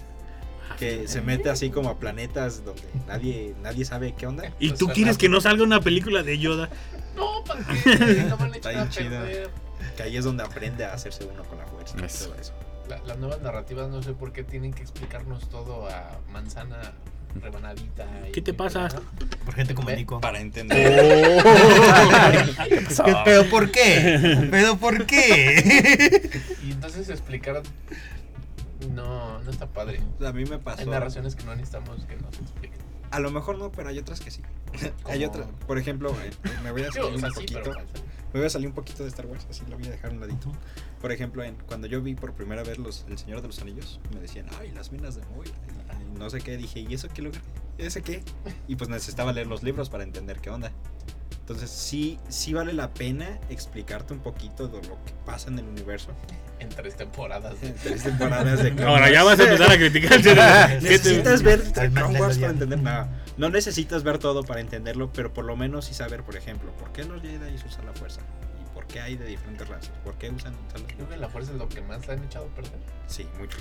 Speaker 5: Que se mete así como a planetas donde nadie, nadie sabe qué onda.
Speaker 1: Y
Speaker 2: Pues
Speaker 1: tú
Speaker 2: suena-
Speaker 1: quieres que no salga una película de Yoda.
Speaker 2: No, ¿para qué? No me han
Speaker 5: Está
Speaker 2: echado a
Speaker 5: bien chida.
Speaker 2: perder.
Speaker 5: Que ahí es donde aprende a hacerse uno con la fuerza. y
Speaker 4: Eso.
Speaker 5: todo eso.
Speaker 2: La- las nuevas narrativas no sé por qué tienen que explicarnos todo a manzana rebanadita. y-
Speaker 1: ¿Qué te pasa?
Speaker 3: Por gente como Nico. Oh.
Speaker 5: Para entender.
Speaker 3: ¿Qué- ¿Pero por qué? ¿Pero por qué?
Speaker 2: Y entonces explicar no, no está padre.
Speaker 5: A mí me
Speaker 2: Hay
Speaker 5: pasó.
Speaker 2: narraciones que no necesitamos que nos expliquen.
Speaker 5: A lo mejor no, pero hay otras que sí. Hay
Speaker 2: Como-
Speaker 5: otras. Por ejemplo, eh, me voy a
Speaker 2: Sí, o
Speaker 5: salir
Speaker 2: sea,
Speaker 5: un
Speaker 2: sí,
Speaker 5: poquito.
Speaker 2: pero falta.
Speaker 5: Me voy a salir un poquito de Star Wars, así lo voy a dejar a un ladito. Por ejemplo, en, cuando yo vi por primera vez los, El Señor de los Anillos, me decían, ay, las minas de móvil, y no sé qué, dije, ¿y eso qué lugar? ¿Ese qué? Y pues necesitaba leer los libros para entender qué onda. Entonces, sí, sí vale la pena explicarte un poquito de lo que pasa en el universo.
Speaker 2: en tres temporadas.
Speaker 5: En tres temporadas de Clone
Speaker 1: Ahora ya
Speaker 5: Wars.
Speaker 1: vas a empezar a criticar. ¿Qué te-
Speaker 5: Necesitas ver
Speaker 3: Al
Speaker 5: Clone
Speaker 3: más
Speaker 5: Wars
Speaker 3: lejos ya.
Speaker 5: para entender nada. No necesitas ver todo para entenderlo, pero por lo menos sí saber, por ejemplo, por qué los Jedi usan la fuerza y por qué hay de diferentes razas, por qué usan usan los
Speaker 2: Creo que la fuerza es lo que más la han echado a perder.
Speaker 5: Sí, mucho.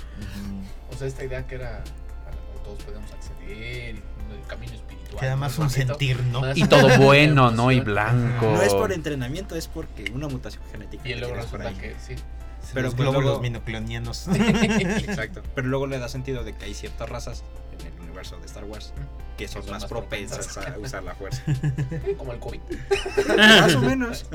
Speaker 2: O sea, esta idea que era a la cual todos podemos acceder, y el camino espiritual.
Speaker 3: Queda
Speaker 5: pues,
Speaker 3: más
Speaker 2: ¿no?
Speaker 3: un
Speaker 2: Bonito.
Speaker 3: sentir, ¿no?
Speaker 2: Más
Speaker 4: Y todo
Speaker 2: una
Speaker 4: bueno, ¿no? Y
Speaker 2: emoción.
Speaker 4: blanco.
Speaker 5: No es por entrenamiento, es porque una mutación genética.
Speaker 2: Y
Speaker 5: que
Speaker 2: luego
Speaker 5: tienes por
Speaker 2: resulta
Speaker 5: ahí.
Speaker 2: que sí.
Speaker 5: Pero
Speaker 3: los
Speaker 5: pues
Speaker 3: glóbulos
Speaker 5: luego-
Speaker 3: minoclonianos.
Speaker 5: Exacto. Pero luego le da sentido de que hay ciertas razas en el universo de Star Wars que son,
Speaker 2: Son
Speaker 5: más
Speaker 2: más
Speaker 5: propensas
Speaker 2: propensas.
Speaker 5: a usar la fuerza.
Speaker 2: Como el COVID.
Speaker 5: más o menos.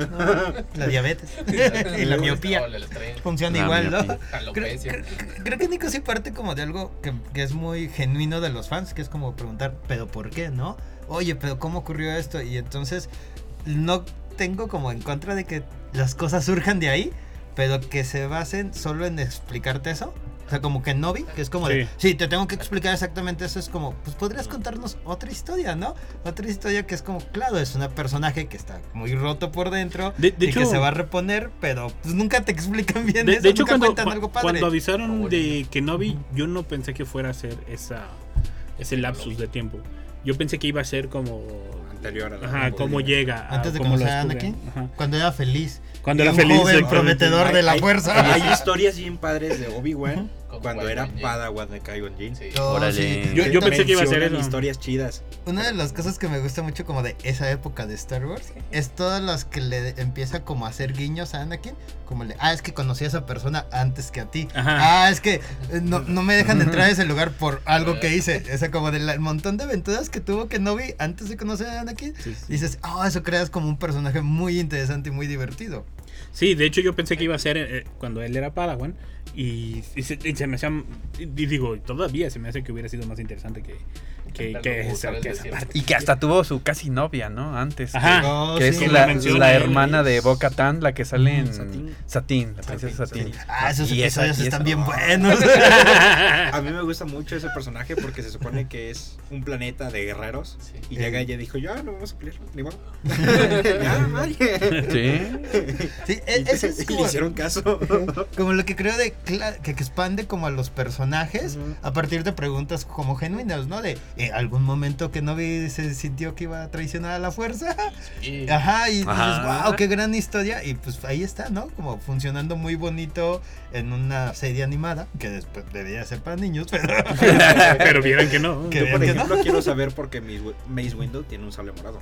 Speaker 3: La diabetes. y la miopía.
Speaker 2: El estrés,
Speaker 3: Funciona
Speaker 4: La
Speaker 3: igual, ¿no?
Speaker 4: miopía.
Speaker 3: Creo,
Speaker 2: alopecia.
Speaker 3: creo- creo que Nico sí parte como de algo que, que es muy genuino de los fans, que es como preguntar, ¿pero por qué, no? Oye, ¿pero cómo ocurrió esto? Y entonces no tengo como en contra de que las cosas surjan de ahí, pero que se basen solo en explicarte eso. O sea, como que no vi, que es como de,
Speaker 1: Sí.
Speaker 3: sí, te tengo que explicar exactamente eso. Es como, pues podrías contarnos otra historia, ¿no? Otra historia que es como, claro, es un personaje que está muy roto por dentro
Speaker 1: De- de
Speaker 3: y
Speaker 1: hecho-
Speaker 3: que se va a reponer, pero pues nunca te explican bien
Speaker 1: De,
Speaker 3: eso.
Speaker 1: de hecho,
Speaker 3: nunca
Speaker 1: cuando,
Speaker 3: cuentan
Speaker 1: cua-
Speaker 3: algo padre.
Speaker 1: cuando avisaron
Speaker 2: Oye.
Speaker 1: de Kenobi, yo no pensé que fuera a ser esa, ese lapsus de tiempo. Yo pensé que iba a ser como.
Speaker 5: Anterior a la
Speaker 1: Ajá, cómo llega. a-
Speaker 3: Antes de
Speaker 1: cómo lo
Speaker 3: conocer a
Speaker 1: descubren.
Speaker 3: Anakin.
Speaker 1: Ajá.
Speaker 3: Cuando era feliz.
Speaker 1: Cuando era
Speaker 3: un
Speaker 1: feliz.
Speaker 3: joven
Speaker 1: exactamente.
Speaker 3: prometedor de la
Speaker 5: Hay-
Speaker 3: fuerza.
Speaker 5: Hay, hay historias bien padres de Obi-Wan
Speaker 2: Con
Speaker 5: cuando
Speaker 2: Qui-Gon
Speaker 5: era
Speaker 2: Jinn.
Speaker 5: padawan de Qui-Gon Jinn.
Speaker 2: Sí.
Speaker 3: No,
Speaker 4: Órale.
Speaker 3: sí.
Speaker 1: Yo- yo
Speaker 5: Que
Speaker 1: pensé que iba a ser
Speaker 5: mencionan
Speaker 1: eso.
Speaker 5: historias chidas.
Speaker 3: Una de las cosas que me gusta mucho como de esa época de Star Wars es todas las que le empieza como a hacer guiños a Anakin, como le, ah, es que conocí a esa persona antes que a ti.
Speaker 1: Ajá.
Speaker 3: Ah, es que eh, no, no me dejan entrar a ese lugar por algo que hice. O sea, como del montón de aventuras que tuvo Kenobi antes de conocer a Anakin.
Speaker 1: Sí, sí.
Speaker 3: Dices, ah, eso creas como un personaje muy interesante y muy divertido.
Speaker 1: Sí, de hecho yo pensé que iba a ser eh, cuando él era Padawan y, y se, y se me hacía, y digo, todavía se me hace que hubiera sido más interesante que, que,
Speaker 2: Pero
Speaker 1: que,
Speaker 2: no
Speaker 1: esa-
Speaker 2: usar el
Speaker 1: que esa
Speaker 2: desierto.
Speaker 1: parte.
Speaker 4: Y que hasta tuvo su casi novia, ¿no? Antes.
Speaker 1: Ajá.
Speaker 4: que-
Speaker 5: Oh,
Speaker 3: No,
Speaker 4: que
Speaker 3: sí,
Speaker 4: es
Speaker 3: lo
Speaker 4: la,
Speaker 3: mencioné.
Speaker 4: la hermana de Boca Tan, la que sale en
Speaker 5: Mm, Satín.
Speaker 4: Satín, la princesa Satín.
Speaker 3: Ah, esos
Speaker 4: Y esa-
Speaker 3: episodios
Speaker 4: y esa-
Speaker 3: están bien buenos.
Speaker 5: A mí me gusta mucho ese personaje porque se supone que es un planeta de guerreros.
Speaker 2: Sí.
Speaker 5: Y llega y ella dijo, ya, no vamos a pelear, ni modo". Ya, vale.
Speaker 4: Sí.
Speaker 3: Sí,
Speaker 5: Y-
Speaker 3: e- ese es
Speaker 5: y
Speaker 3: como-
Speaker 5: le hicieron caso.
Speaker 3: Como lo que creo de cla- que que expande como a los personajes
Speaker 5: Ujú.
Speaker 3: a partir de preguntas como genuinas, ¿no? De eh, algún momento que Novi se sintió que iba a traicionar a la fuerza.
Speaker 2: Y-
Speaker 3: Ajá, y dices,
Speaker 4: Ajá.
Speaker 3: wow, qué gran historia. Y pues ahí está, ¿no? Como funcionando muy bonito en una serie animada, que después debería ser para niños, pero.
Speaker 1: Pero vieron que no.
Speaker 3: Que
Speaker 5: Yo, por
Speaker 3: vean que
Speaker 5: ejemplo, quiero saber por qué Mace Wi- Mace Window tiene un sable morado.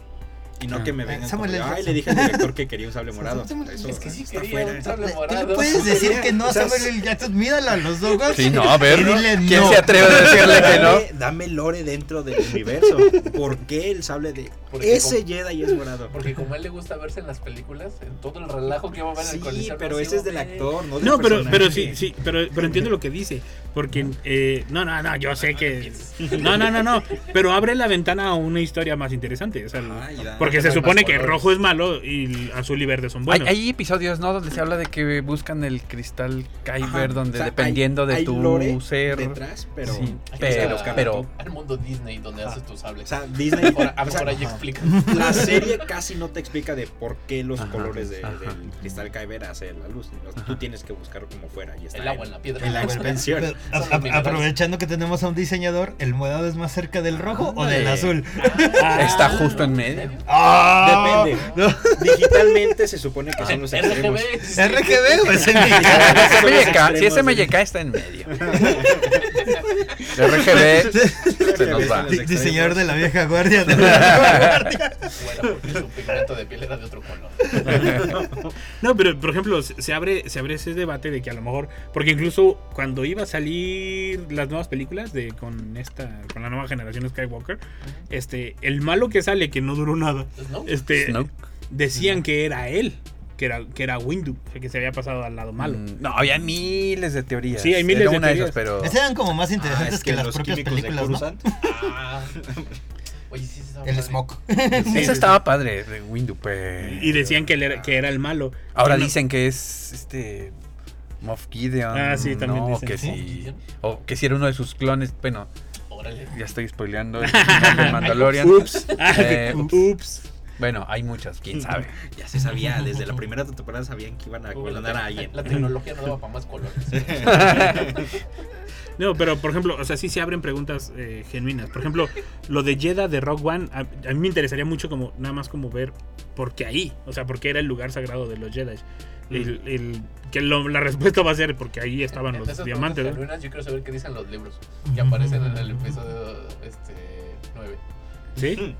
Speaker 5: Y no que me
Speaker 3: Ah,
Speaker 5: vengan
Speaker 3: Samuel
Speaker 5: con,
Speaker 3: L.
Speaker 5: ay,
Speaker 3: Jackson.
Speaker 5: le dije al director que quería un sable morado.
Speaker 3: Samuel L.
Speaker 5: Eso
Speaker 2: Es que sí
Speaker 5: está
Speaker 2: quería
Speaker 5: fuera.
Speaker 2: un sable
Speaker 3: Tú le
Speaker 2: morado.
Speaker 3: puedes decir que no,
Speaker 5: O sea,
Speaker 3: Samuel L. Jackson, míralo a los ojos.
Speaker 4: Sí, no, a ver.
Speaker 3: Y dile
Speaker 4: ¿Quién
Speaker 3: no.
Speaker 4: se atreve a decirle que no?
Speaker 5: Dame, dame lore dentro del universo. ¿Por qué el sable de
Speaker 2: Porque
Speaker 5: ese Jedi es morado?
Speaker 2: Porque como a él le gusta verse en las películas, en todo el relajo que va a ver en el
Speaker 5: Sí,
Speaker 2: coliseo,
Speaker 5: pero
Speaker 2: no,
Speaker 5: ese es del
Speaker 2: hombre.
Speaker 5: actor, no del
Speaker 1: No, pero, pero sí,
Speaker 5: personaje.
Speaker 1: sí, pero, pero entiendo lo que dice. Porque, eh, no, no, no, yo sé que. No, no, no, no. Pero abre la ventana a una historia más interesante. o sea,
Speaker 5: Ah, y da-
Speaker 1: porque se
Speaker 2: Más
Speaker 1: supone que
Speaker 2: colores.
Speaker 1: rojo es malo y azul y verde son
Speaker 4: Hay,
Speaker 1: buenos.
Speaker 4: hay episodios, ¿no? Donde se habla de que buscan el cristal
Speaker 5: Ajá,
Speaker 4: Kyber, donde
Speaker 5: o sea, hay-
Speaker 4: dependiendo de
Speaker 5: hay
Speaker 4: tu
Speaker 5: lore
Speaker 4: ser.
Speaker 5: Detrás, pero.
Speaker 4: Sí,
Speaker 2: Aquí
Speaker 4: pero-
Speaker 2: está
Speaker 4: pero-
Speaker 2: Al mundo Disney donde haces
Speaker 5: O
Speaker 2: tus sables.
Speaker 5: sea, Disney.
Speaker 2: Ahora,
Speaker 5: o sea,
Speaker 2: ahora ya explica.
Speaker 4: Ah,
Speaker 5: la serie casi no te explica de por qué los
Speaker 4: Ajá,
Speaker 5: colores de-
Speaker 4: ajá.
Speaker 5: del cristal Kyber hacen la luz. ¿no? Tú tienes que buscar como fuera. Y está
Speaker 2: El agua en la piedra.
Speaker 3: El agua en la
Speaker 5: suspensión.
Speaker 3: Pero,
Speaker 2: Son
Speaker 3: Pues, a-
Speaker 2: los
Speaker 3: a-
Speaker 2: minerales.
Speaker 3: aprovechando que tenemos a un diseñador, ¿el morado es más cerca del rojo o del
Speaker 4: Ándale.
Speaker 3: azul?
Speaker 1: Ah,
Speaker 4: Está justo en medio.
Speaker 3: ¡Ah!
Speaker 5: Depende. Digitalmente se supone que
Speaker 4: Ah,
Speaker 5: son los extremos.
Speaker 2: RGB. sí.
Speaker 3: RGB o es
Speaker 4: Si es
Speaker 5: Son los
Speaker 4: MLK, si
Speaker 5: extremos
Speaker 4: es
Speaker 5: de-
Speaker 4: MLK, está en medio. El RGB. Se nos va.
Speaker 5: Son los
Speaker 3: Di-
Speaker 5: extremos.
Speaker 3: diseñador de la vieja guardia. de la-
Speaker 2: Bueno, porque su pigmento de piel era de otro color.
Speaker 1: No, pero por ejemplo, se se abre, se abre ese debate de que a lo mejor. Porque incluso cuando iba a salir las nuevas películas de con esta. con la nueva generación Skywalker, este, el malo que sale, que no duró nada,
Speaker 2: Pues, ¿no?
Speaker 1: este.
Speaker 4: Snoke.
Speaker 1: Decían que era él, que era, que era Windu, o sea, que se había pasado al lado malo.
Speaker 4: Mm, No, había miles de teorías.
Speaker 1: Sí, hay miles
Speaker 4: Era
Speaker 1: de
Speaker 4: una
Speaker 1: teorías.
Speaker 4: esas, pero.
Speaker 3: Esas eran como más
Speaker 5: Ah,
Speaker 3: interesantes
Speaker 5: es
Speaker 3: que, las
Speaker 5: los
Speaker 3: propias
Speaker 5: químicos de
Speaker 3: películas, ¿no?
Speaker 5: Coruscant,
Speaker 2: Ah. Oye, sí, sí,
Speaker 3: El smoke.
Speaker 1: Sí, sí,
Speaker 4: Esa
Speaker 1: sí.
Speaker 4: estaba padre, de Windu, pues.
Speaker 1: Y decían que él era, que era el malo.
Speaker 4: Ahora
Speaker 1: Y no-
Speaker 4: dicen que es este. Moff Gideon.
Speaker 1: Ah, sí, también
Speaker 4: ¿no?
Speaker 1: dicen.
Speaker 4: Que
Speaker 1: ¿Sí?
Speaker 4: sí. O que si era uno de sus clones. Bueno,
Speaker 2: Órale.
Speaker 4: ya estoy spoileando el final de Mandalorian.
Speaker 1: Ups.
Speaker 4: Eh,
Speaker 1: ups.
Speaker 4: Bueno, hay muchas, quién sabe.
Speaker 5: Ya se sabía, desde la primera temporada sabían que iban a clonar a alguien.
Speaker 2: La tecnología no daba para más colores.
Speaker 1: No, pero por ejemplo, o sea, sí se abren preguntas eh, genuinas. Por ejemplo, lo de Jeddah de Rock One, a, a mí me interesaría mucho como nada más como ver por qué ahí, o sea, por qué era el lugar sagrado de los Jedi.
Speaker 4: Mm.
Speaker 1: El- el- que lo- la respuesta va a ser porque ahí estaban
Speaker 2: En
Speaker 1: los
Speaker 2: esas
Speaker 1: diamantes.
Speaker 2: preguntas
Speaker 1: ¿no?
Speaker 2: genuinas, yo quiero saber qué dicen los libros que aparecen en el episodio este, 9.
Speaker 1: ¿Sí?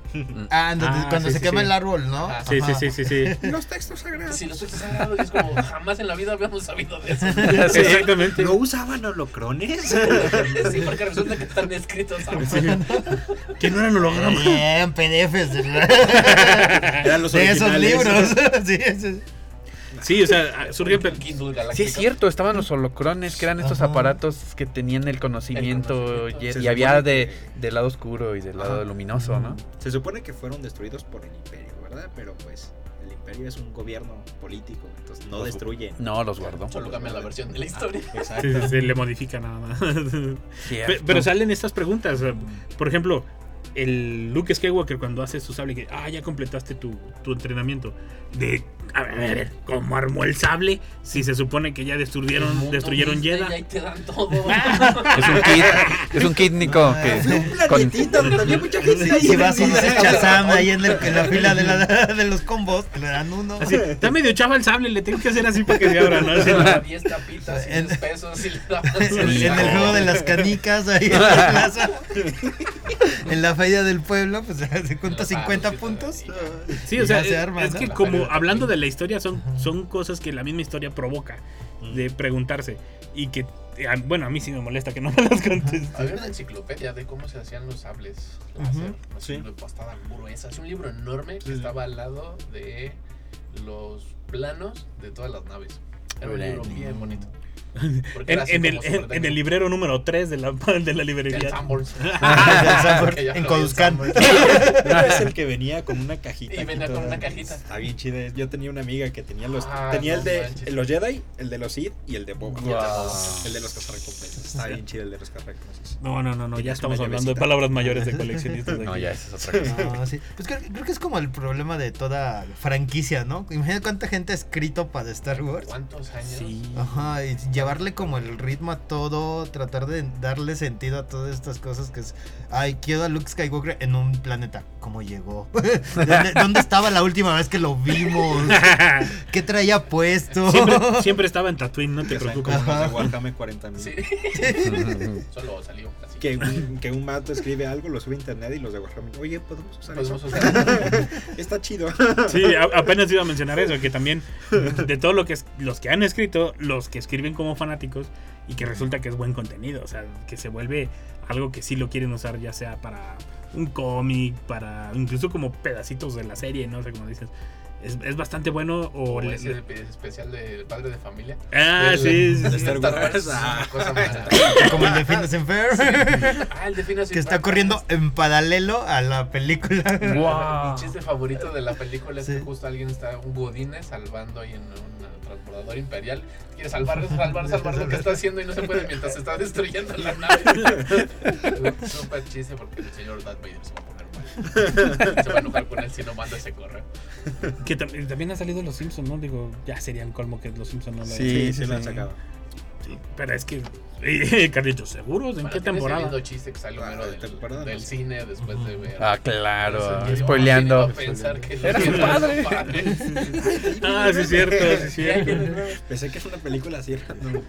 Speaker 3: Ah, donde-
Speaker 1: Ah,
Speaker 3: cuando
Speaker 1: sí,
Speaker 3: se
Speaker 1: sí,
Speaker 3: quema
Speaker 1: sí.
Speaker 3: el árbol, ¿no?
Speaker 2: Ah,
Speaker 1: Sí, sí,
Speaker 3: Ajá.
Speaker 1: sí, sí, sí.
Speaker 5: Los textos sagrados.
Speaker 2: Si los estoy sagrados, yo es como jamás en la vida habíamos sabido de eso.
Speaker 1: Exactamente.
Speaker 5: ¿No usaban holocrones?
Speaker 2: Sí, porque resulta que están escritos a mano.
Speaker 1: Sí. Que no eran hologramas.
Speaker 3: Bien, PDFs de,
Speaker 5: Eran los
Speaker 3: de esos
Speaker 5: originales.
Speaker 3: libros. Sí, sí.
Speaker 1: Sí, o sea, surgen pe-
Speaker 2: Kindle
Speaker 4: Sí,
Speaker 2: Galáctico.
Speaker 4: es cierto, estaban los holocrones, que eran estos
Speaker 3: Ajá.
Speaker 4: aparatos que tenían el conocimiento,
Speaker 2: El conocimiento.
Speaker 4: y-
Speaker 5: Se
Speaker 4: y, había
Speaker 5: supone
Speaker 4: de,
Speaker 5: que-
Speaker 4: del lado oscuro y del lado
Speaker 5: Ajá. Mm.
Speaker 4: luminoso, ¿no?
Speaker 5: Se supone que fueron destruidos por el imperio, ¿verdad? Pero pues el imperio es un gobierno político, entonces no destruye.
Speaker 4: No, los guardó. Ah.
Speaker 2: Solo cambia la versión de la historia.
Speaker 1: Sí,
Speaker 5: Exacto.
Speaker 1: sí, sí, le modifica nada más. Pe-
Speaker 4: Cierto.
Speaker 1: Pero salen estas preguntas. eh, Por ejemplo, el Luke Skywalker cuando hace su sable, que ah, ya completaste tu, tu entrenamiento. De a ver, a ver, ¿cómo armó el sable? Si se supone que ya destruyeron, destruyeron
Speaker 2: Disney,
Speaker 1: Jedi.
Speaker 2: Ahí te dan todo.
Speaker 4: Es un kit, es un kit, Nico,
Speaker 3: Ah,
Speaker 4: que-
Speaker 3: fue
Speaker 4: con,
Speaker 5: donde había mucha gente
Speaker 3: Si vas a conocer Shazam ahí en, el- en la fila de, la- de los combos, te le dan uno.
Speaker 1: Así, está medio chava el sable, le tengo que hacer así para que se abra, ¿no? Así,
Speaker 2: Con 10 tapitas y
Speaker 3: En-
Speaker 2: 10 pesos y le
Speaker 3: En,
Speaker 2: daban
Speaker 3: en el juego de las canicas, ahí en la plaza. En la feria del pueblo, pues se
Speaker 2: Ah,
Speaker 3: cuenta 50 puntos.
Speaker 1: Sí,
Speaker 3: Y
Speaker 1: o sea,
Speaker 3: ya se
Speaker 1: es,
Speaker 3: arma,
Speaker 1: es
Speaker 3: ¿no?
Speaker 1: que
Speaker 3: La
Speaker 1: como
Speaker 2: pelea.
Speaker 1: hablando de la historia son, son cosas que la misma historia provoca
Speaker 3: Mm.
Speaker 1: de preguntarse y que eh, a- bueno, a mí sí me molesta que no me las conteste.
Speaker 2: Había una enciclopedia de cómo se hacían los sables
Speaker 3: Ujú.
Speaker 2: láser, así,
Speaker 5: Sí.
Speaker 2: de pastada gruesa. Es un libro enorme que
Speaker 5: Sí.
Speaker 2: estaba al lado de los planos de todas las naves. Era un libro bien bonito. Porque
Speaker 1: En,
Speaker 2: era así
Speaker 1: en el,
Speaker 2: como
Speaker 1: en- en el librero número 3 de la, de la librería.
Speaker 2: El Sanborns.
Speaker 1: Ah, del Sanborns,
Speaker 2: Que ya lo
Speaker 1: en
Speaker 2: vi
Speaker 1: Coduscán.
Speaker 5: Era es el que venía con una cajita.
Speaker 2: Y venía con una cajita.
Speaker 5: Está bien chida. Yo tenía una amiga que tenía los.
Speaker 2: Ah,
Speaker 5: tenía
Speaker 2: no
Speaker 5: el de
Speaker 2: manches.
Speaker 5: los Jedi, el de los Sith y el de Boba.
Speaker 2: Wow.
Speaker 5: El de los cazarrecompensas. Está bien chido el de los cazarrecompensas.
Speaker 1: No, no, no, no, ya
Speaker 5: Tenías
Speaker 1: estamos
Speaker 5: una
Speaker 1: hablando de
Speaker 5: llavecita.
Speaker 1: palabras mayores de coleccionistas. de
Speaker 5: No,
Speaker 1: aquí.
Speaker 5: ya, esa es otra cosa.
Speaker 3: No, sí. Pues creo, creo que es como el problema de toda franquicia, ¿no? Imagina cuánta gente ha escrito para Star Wars.
Speaker 2: ¿Cuántos años?
Speaker 3: Ajá, y llevarle como el ritmo a todo, tratar de darle sentido a todas estas cosas que es, ay, quiero a Luke Skywalker en un planeta, ¿cómo llegó? ¿Dónde, dónde estaba la última vez que lo vimos? ¿Qué traía puesto?
Speaker 1: Siempre, siempre estaba en Tatooine, no te
Speaker 5: Ya saben,
Speaker 1: preocupes.
Speaker 5: como los de
Speaker 3: Ajá.
Speaker 5: Warhammer 40.000.
Speaker 2: Sí. Solo salió así.
Speaker 5: Que un, que un mato escribe algo, lo sube a internet y los de Warhammer. Oye, podemos usar
Speaker 2: Podemos
Speaker 5: eso?
Speaker 2: usar.
Speaker 5: Está chido.
Speaker 1: Sí, a- apenas iba a mencionar eso, que también de todo lo que es, los que han escrito, los que escriben como fanáticos y que resulta que es buen contenido, o sea, que se vuelve algo que sí lo quieren usar ya sea para un cómic, para incluso como pedacitos de la serie, no sé cómo dices. Es, es bastante bueno o
Speaker 2: O
Speaker 1: le-
Speaker 2: ese de- especial de padre de familia.
Speaker 1: Ah,
Speaker 2: El-
Speaker 1: sí, sí, Ah.
Speaker 2: el
Speaker 1: sí.
Speaker 2: Star Wars. es una cosa mala.
Speaker 3: Como el de Phineas and Ferb,
Speaker 2: Ah, el de Phineas y
Speaker 3: que está
Speaker 2: Ferb.
Speaker 3: corriendo en paralelo a la película.
Speaker 4: Wow.
Speaker 2: Mi chiste favorito de la película es
Speaker 3: Sí.
Speaker 2: que justo alguien está, un godines salvando ahí en un transbordador imperial. Quiere salvar, salvar, salvar lo que está haciendo y no se puede mientras se está destruyendo la nave. Súper chiste porque el señor Darth Vader se va a poner mal. Se va a enojar con él si no manda ese correo.
Speaker 1: que tam- también ha salido Los Simpsons, ¿no? Digo, ya sería el colmo que Los Simpsons no lo hagan.
Speaker 4: Sí,
Speaker 5: Sí, se lo han sacado.
Speaker 1: Pero es que, eh, Carlitos, ¿seguros? ¿En
Speaker 2: Bueno,
Speaker 1: qué
Speaker 2: tiene ese lindo
Speaker 1: temporada?
Speaker 2: chiste que salió
Speaker 5: Ah,
Speaker 2: Homero
Speaker 5: de
Speaker 2: del,
Speaker 5: temporada,
Speaker 2: del
Speaker 5: no sé.
Speaker 2: cine después de ver.
Speaker 4: Ah, claro.
Speaker 2: Entonces,
Speaker 4: Spoileando.
Speaker 2: iba a pensar que
Speaker 4: Era su padre.
Speaker 1: Ah, sí, es cierto, sí, es cierto.
Speaker 5: Pensé que es una película así random.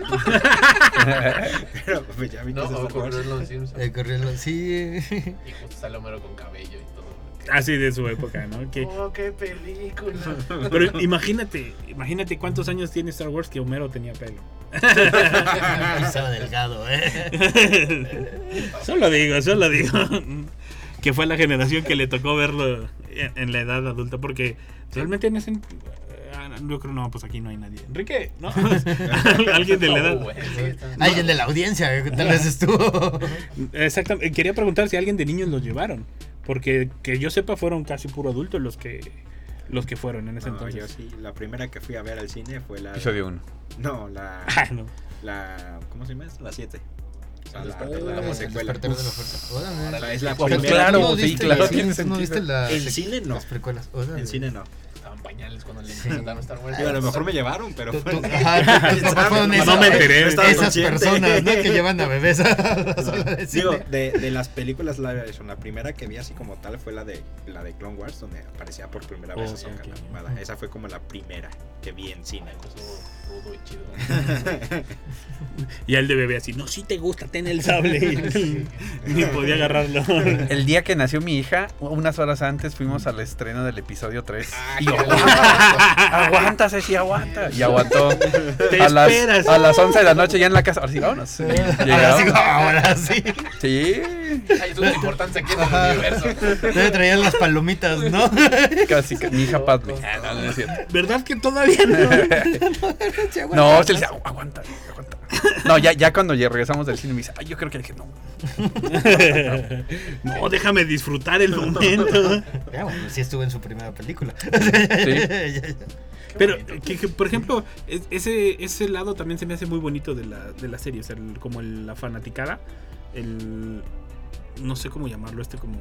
Speaker 5: Pero pues ya vi que
Speaker 2: No,
Speaker 5: es
Speaker 2: o
Speaker 5: Star Wars.
Speaker 2: corrió en los Simpsons.
Speaker 3: Eh, corriendo, sí.
Speaker 2: Y justo sale Homero con cabello y todo.
Speaker 4: Ah,
Speaker 1: Así de su época, ¿no? Que,
Speaker 2: Oh, qué película.
Speaker 1: Pero imagínate, imagínate cuántos años tiene Star Wars que Homero tenía pelo.
Speaker 3: Ahí Estaba delgado, eh.
Speaker 1: solo digo, solo digo. Que fue la generación que le tocó verlo en en la edad adulta, porque realmente en ese. ah, Yo creo, no, pues aquí no hay nadie. Enrique, ¿no? Alguien de la edad.
Speaker 2: No, güey, sí, está-
Speaker 3: Alguien de la audiencia, eh, tal vez estuvo.
Speaker 1: Exactamente. eh, Quería preguntar si alguien de niños los llevaron. Porque que yo sepa, fueron casi puro adultos los que los que fueron en ese
Speaker 5: No, yo
Speaker 1: entonces.
Speaker 5: sí, la primera que fui a ver al cine fue la.
Speaker 4: Episodio 1.
Speaker 5: No, la.
Speaker 1: Ah, no.
Speaker 5: la ¿Cómo se llama? esta? La 7. O sea, la,
Speaker 2: El despertar
Speaker 5: la
Speaker 2: de la
Speaker 5: secuela.
Speaker 3: Despertar de la fuerza. Órale.
Speaker 5: Ahora la- es la
Speaker 2: Pues
Speaker 5: primera.
Speaker 4: claro,
Speaker 3: ¿No
Speaker 4: sí,
Speaker 3: viste
Speaker 4: claro,
Speaker 3: las-
Speaker 4: tiene
Speaker 3: ¿No
Speaker 4: sentido.
Speaker 3: viste la-
Speaker 5: En cine no.
Speaker 3: las precuelas? Órale.
Speaker 5: En cine no.
Speaker 2: Estaban pañales cuando le presentaron Star Wars.
Speaker 5: Digo, a lo mejor me llevaron, pero.
Speaker 3: Tú-
Speaker 5: fue-
Speaker 3: tú- ajá, tus papás fueron
Speaker 5: No
Speaker 3: esas-
Speaker 1: me enteré.
Speaker 5: estaba
Speaker 3: esas
Speaker 5: consciente.
Speaker 3: personas, ¿no? Que llevan a bebés a la sala de cine.
Speaker 5: Digo, de, de las películas live action, la primera que vi así como tal fue la de la de Clone Wars, donde aparecía por primera vez
Speaker 1: Oh,
Speaker 5: Ahsoka,
Speaker 1: ok,
Speaker 5: la
Speaker 1: ok.
Speaker 5: mamada. Esa fue como la primera que vi en cine.
Speaker 2: Estuvo rudo y chido.
Speaker 1: Y el de bebé así, no, si te gusta, ten el sable. Ni podía agarrarlo.
Speaker 4: El día que nació mi hija, unas horas antes fuimos al estreno del episodio 3.
Speaker 5: Ah,
Speaker 4: Y
Speaker 5: qué
Speaker 4: aguanta, Ceci, aguanta. Y aguantó.
Speaker 1: Te
Speaker 4: a, las,
Speaker 1: esperas.
Speaker 4: a las 11 de la noche ya en la casa. Ahora sí, vámonos.
Speaker 3: Ahora sí,
Speaker 4: Llegamos.
Speaker 3: ahora sí.
Speaker 4: Sí,
Speaker 2: Ay, eso es la importancia aquí en el universo.
Speaker 3: Debe traer las palomitas, ¿no?
Speaker 4: casi. que Mi hija Padme. Ah, No, no es cierto.
Speaker 1: ¿Verdad que todavía no?
Speaker 4: No, se le dice, "Agu- aguanta, aguanta. No, ya, ya cuando ya regresamos del cine me dice, ay, yo creo que le dije, no.
Speaker 1: No, déjame disfrutar el momento.
Speaker 3: Ya, bueno, sí estuvo en su primera película.
Speaker 1: Pero, que, que, por ejemplo, es- ese, ese lado también se me hace muy bonito de la, de la serie. O sea, el- como el- la fanaticada, el. No sé cómo llamarlo, este como.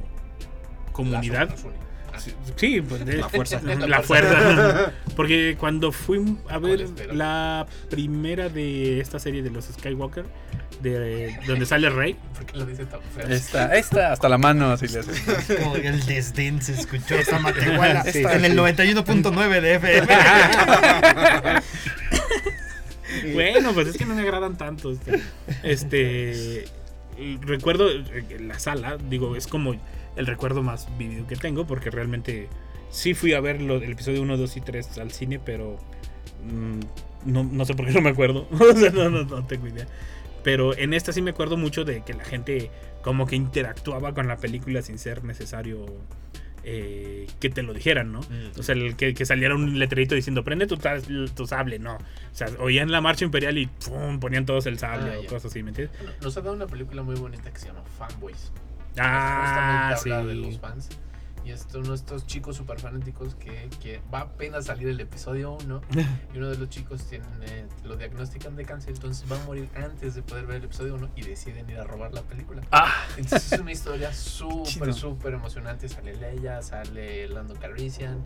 Speaker 1: Comunidad.
Speaker 2: Lazos nos unen. Ah,
Speaker 1: Sí, Sí, pues, de-
Speaker 5: La fuerza.
Speaker 1: La fuerza. Porque cuando fui a ver
Speaker 2: espero.
Speaker 1: la primera de esta serie de los Skywalker, de donde sale Rey,
Speaker 2: ¿Por qué lo dice tan feo?
Speaker 4: Esta, esta, hasta la mano así le hace.
Speaker 3: Como que el desdén se escuchó esa matehuala
Speaker 4: Sí,
Speaker 3: en el
Speaker 4: sí.
Speaker 3: 91.9 de FM.
Speaker 1: Bueno, pues es que no me agradan tanto. Este, este, recuerdo eh, la sala, digo, es como el recuerdo más vivido que tengo, porque realmente sí fui a ver lo- el episodio 1, 2 y 3 al cine, pero mm, no, no sé por qué no me acuerdo. O sea, no, no, no tengo idea. Pero en esta sí me acuerdo mucho de que la gente como que interactuaba con la película sin ser necesario eh, que te lo dijeran, ¿no?
Speaker 2: Mm.
Speaker 1: O sea, el que, que saliera un letrerito diciendo, prende tu, tas- tu sable, no. O sea, oían la marcha imperial y ¡pum! ponían todos el sable
Speaker 2: Ah,
Speaker 1: o
Speaker 2: ya.
Speaker 1: cosas así, ¿me entiendes?
Speaker 2: Nos ha dado una película muy bonita que se llama Fanboys.
Speaker 1: Ah,
Speaker 2: Justamente habla de
Speaker 1: sí.
Speaker 2: los fans. Y esto, uno de estos chicos super fanáticos que, que va apenas a salir el episodio 1 y uno de los chicos tiene, eh, lo diagnostican de cáncer, entonces va a morir antes de poder ver el episodio 1 y deciden ir a robar la película.
Speaker 1: Ah.
Speaker 2: Entonces es una historia súper,
Speaker 1: Chido.
Speaker 2: súper emocionante. Sale Leia, sale Lando Calrissian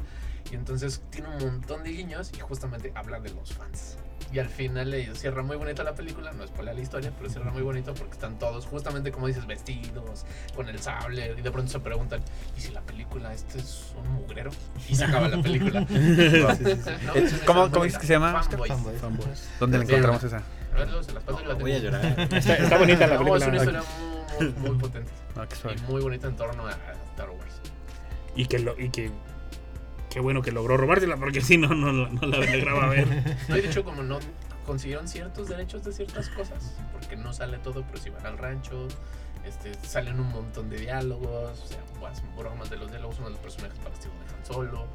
Speaker 2: y entonces tiene un montón de guiños y justamente habla de los fans. Y al final eh, cierra muy bonita la película, no spoilea la historia, pero cierra muy bonito porque están todos justamente como dices, vestidos, con el sable, y de pronto se preguntan, ¿y si la película este es un mugrero? Y se acaba la película.
Speaker 4: Sí, sí, sí.
Speaker 2: No,
Speaker 4: Eh,
Speaker 2: entonces
Speaker 4: ¿Cómo,
Speaker 2: es
Speaker 4: ¿Cómo dices que se llama?
Speaker 2: Fanboys.
Speaker 4: ¿Dónde la
Speaker 2: Sí,
Speaker 4: encontramos
Speaker 2: bueno.
Speaker 4: esa?
Speaker 2: Luego se las paso y la
Speaker 5: Voy a
Speaker 2: tengo.
Speaker 5: llorar.
Speaker 1: Está- está bonita la
Speaker 2: No, es una
Speaker 1: película.
Speaker 2: historia muy, muy, muy potente.
Speaker 4: Ah, qué suave.
Speaker 2: Y muy bonita en torno a Star Wars.
Speaker 1: Y que, lo, y que qué bueno que logró robársela porque si no, no, la- no la alegraba a ver.
Speaker 2: No, y de hecho, como no consiguieron ciertos derechos de ciertas cosas, porque no sale todo, pero si van al rancho, este, salen un montón de diálogos, o sea, buenas bromas de los diálogos, uno de los personajes para que dejan solo.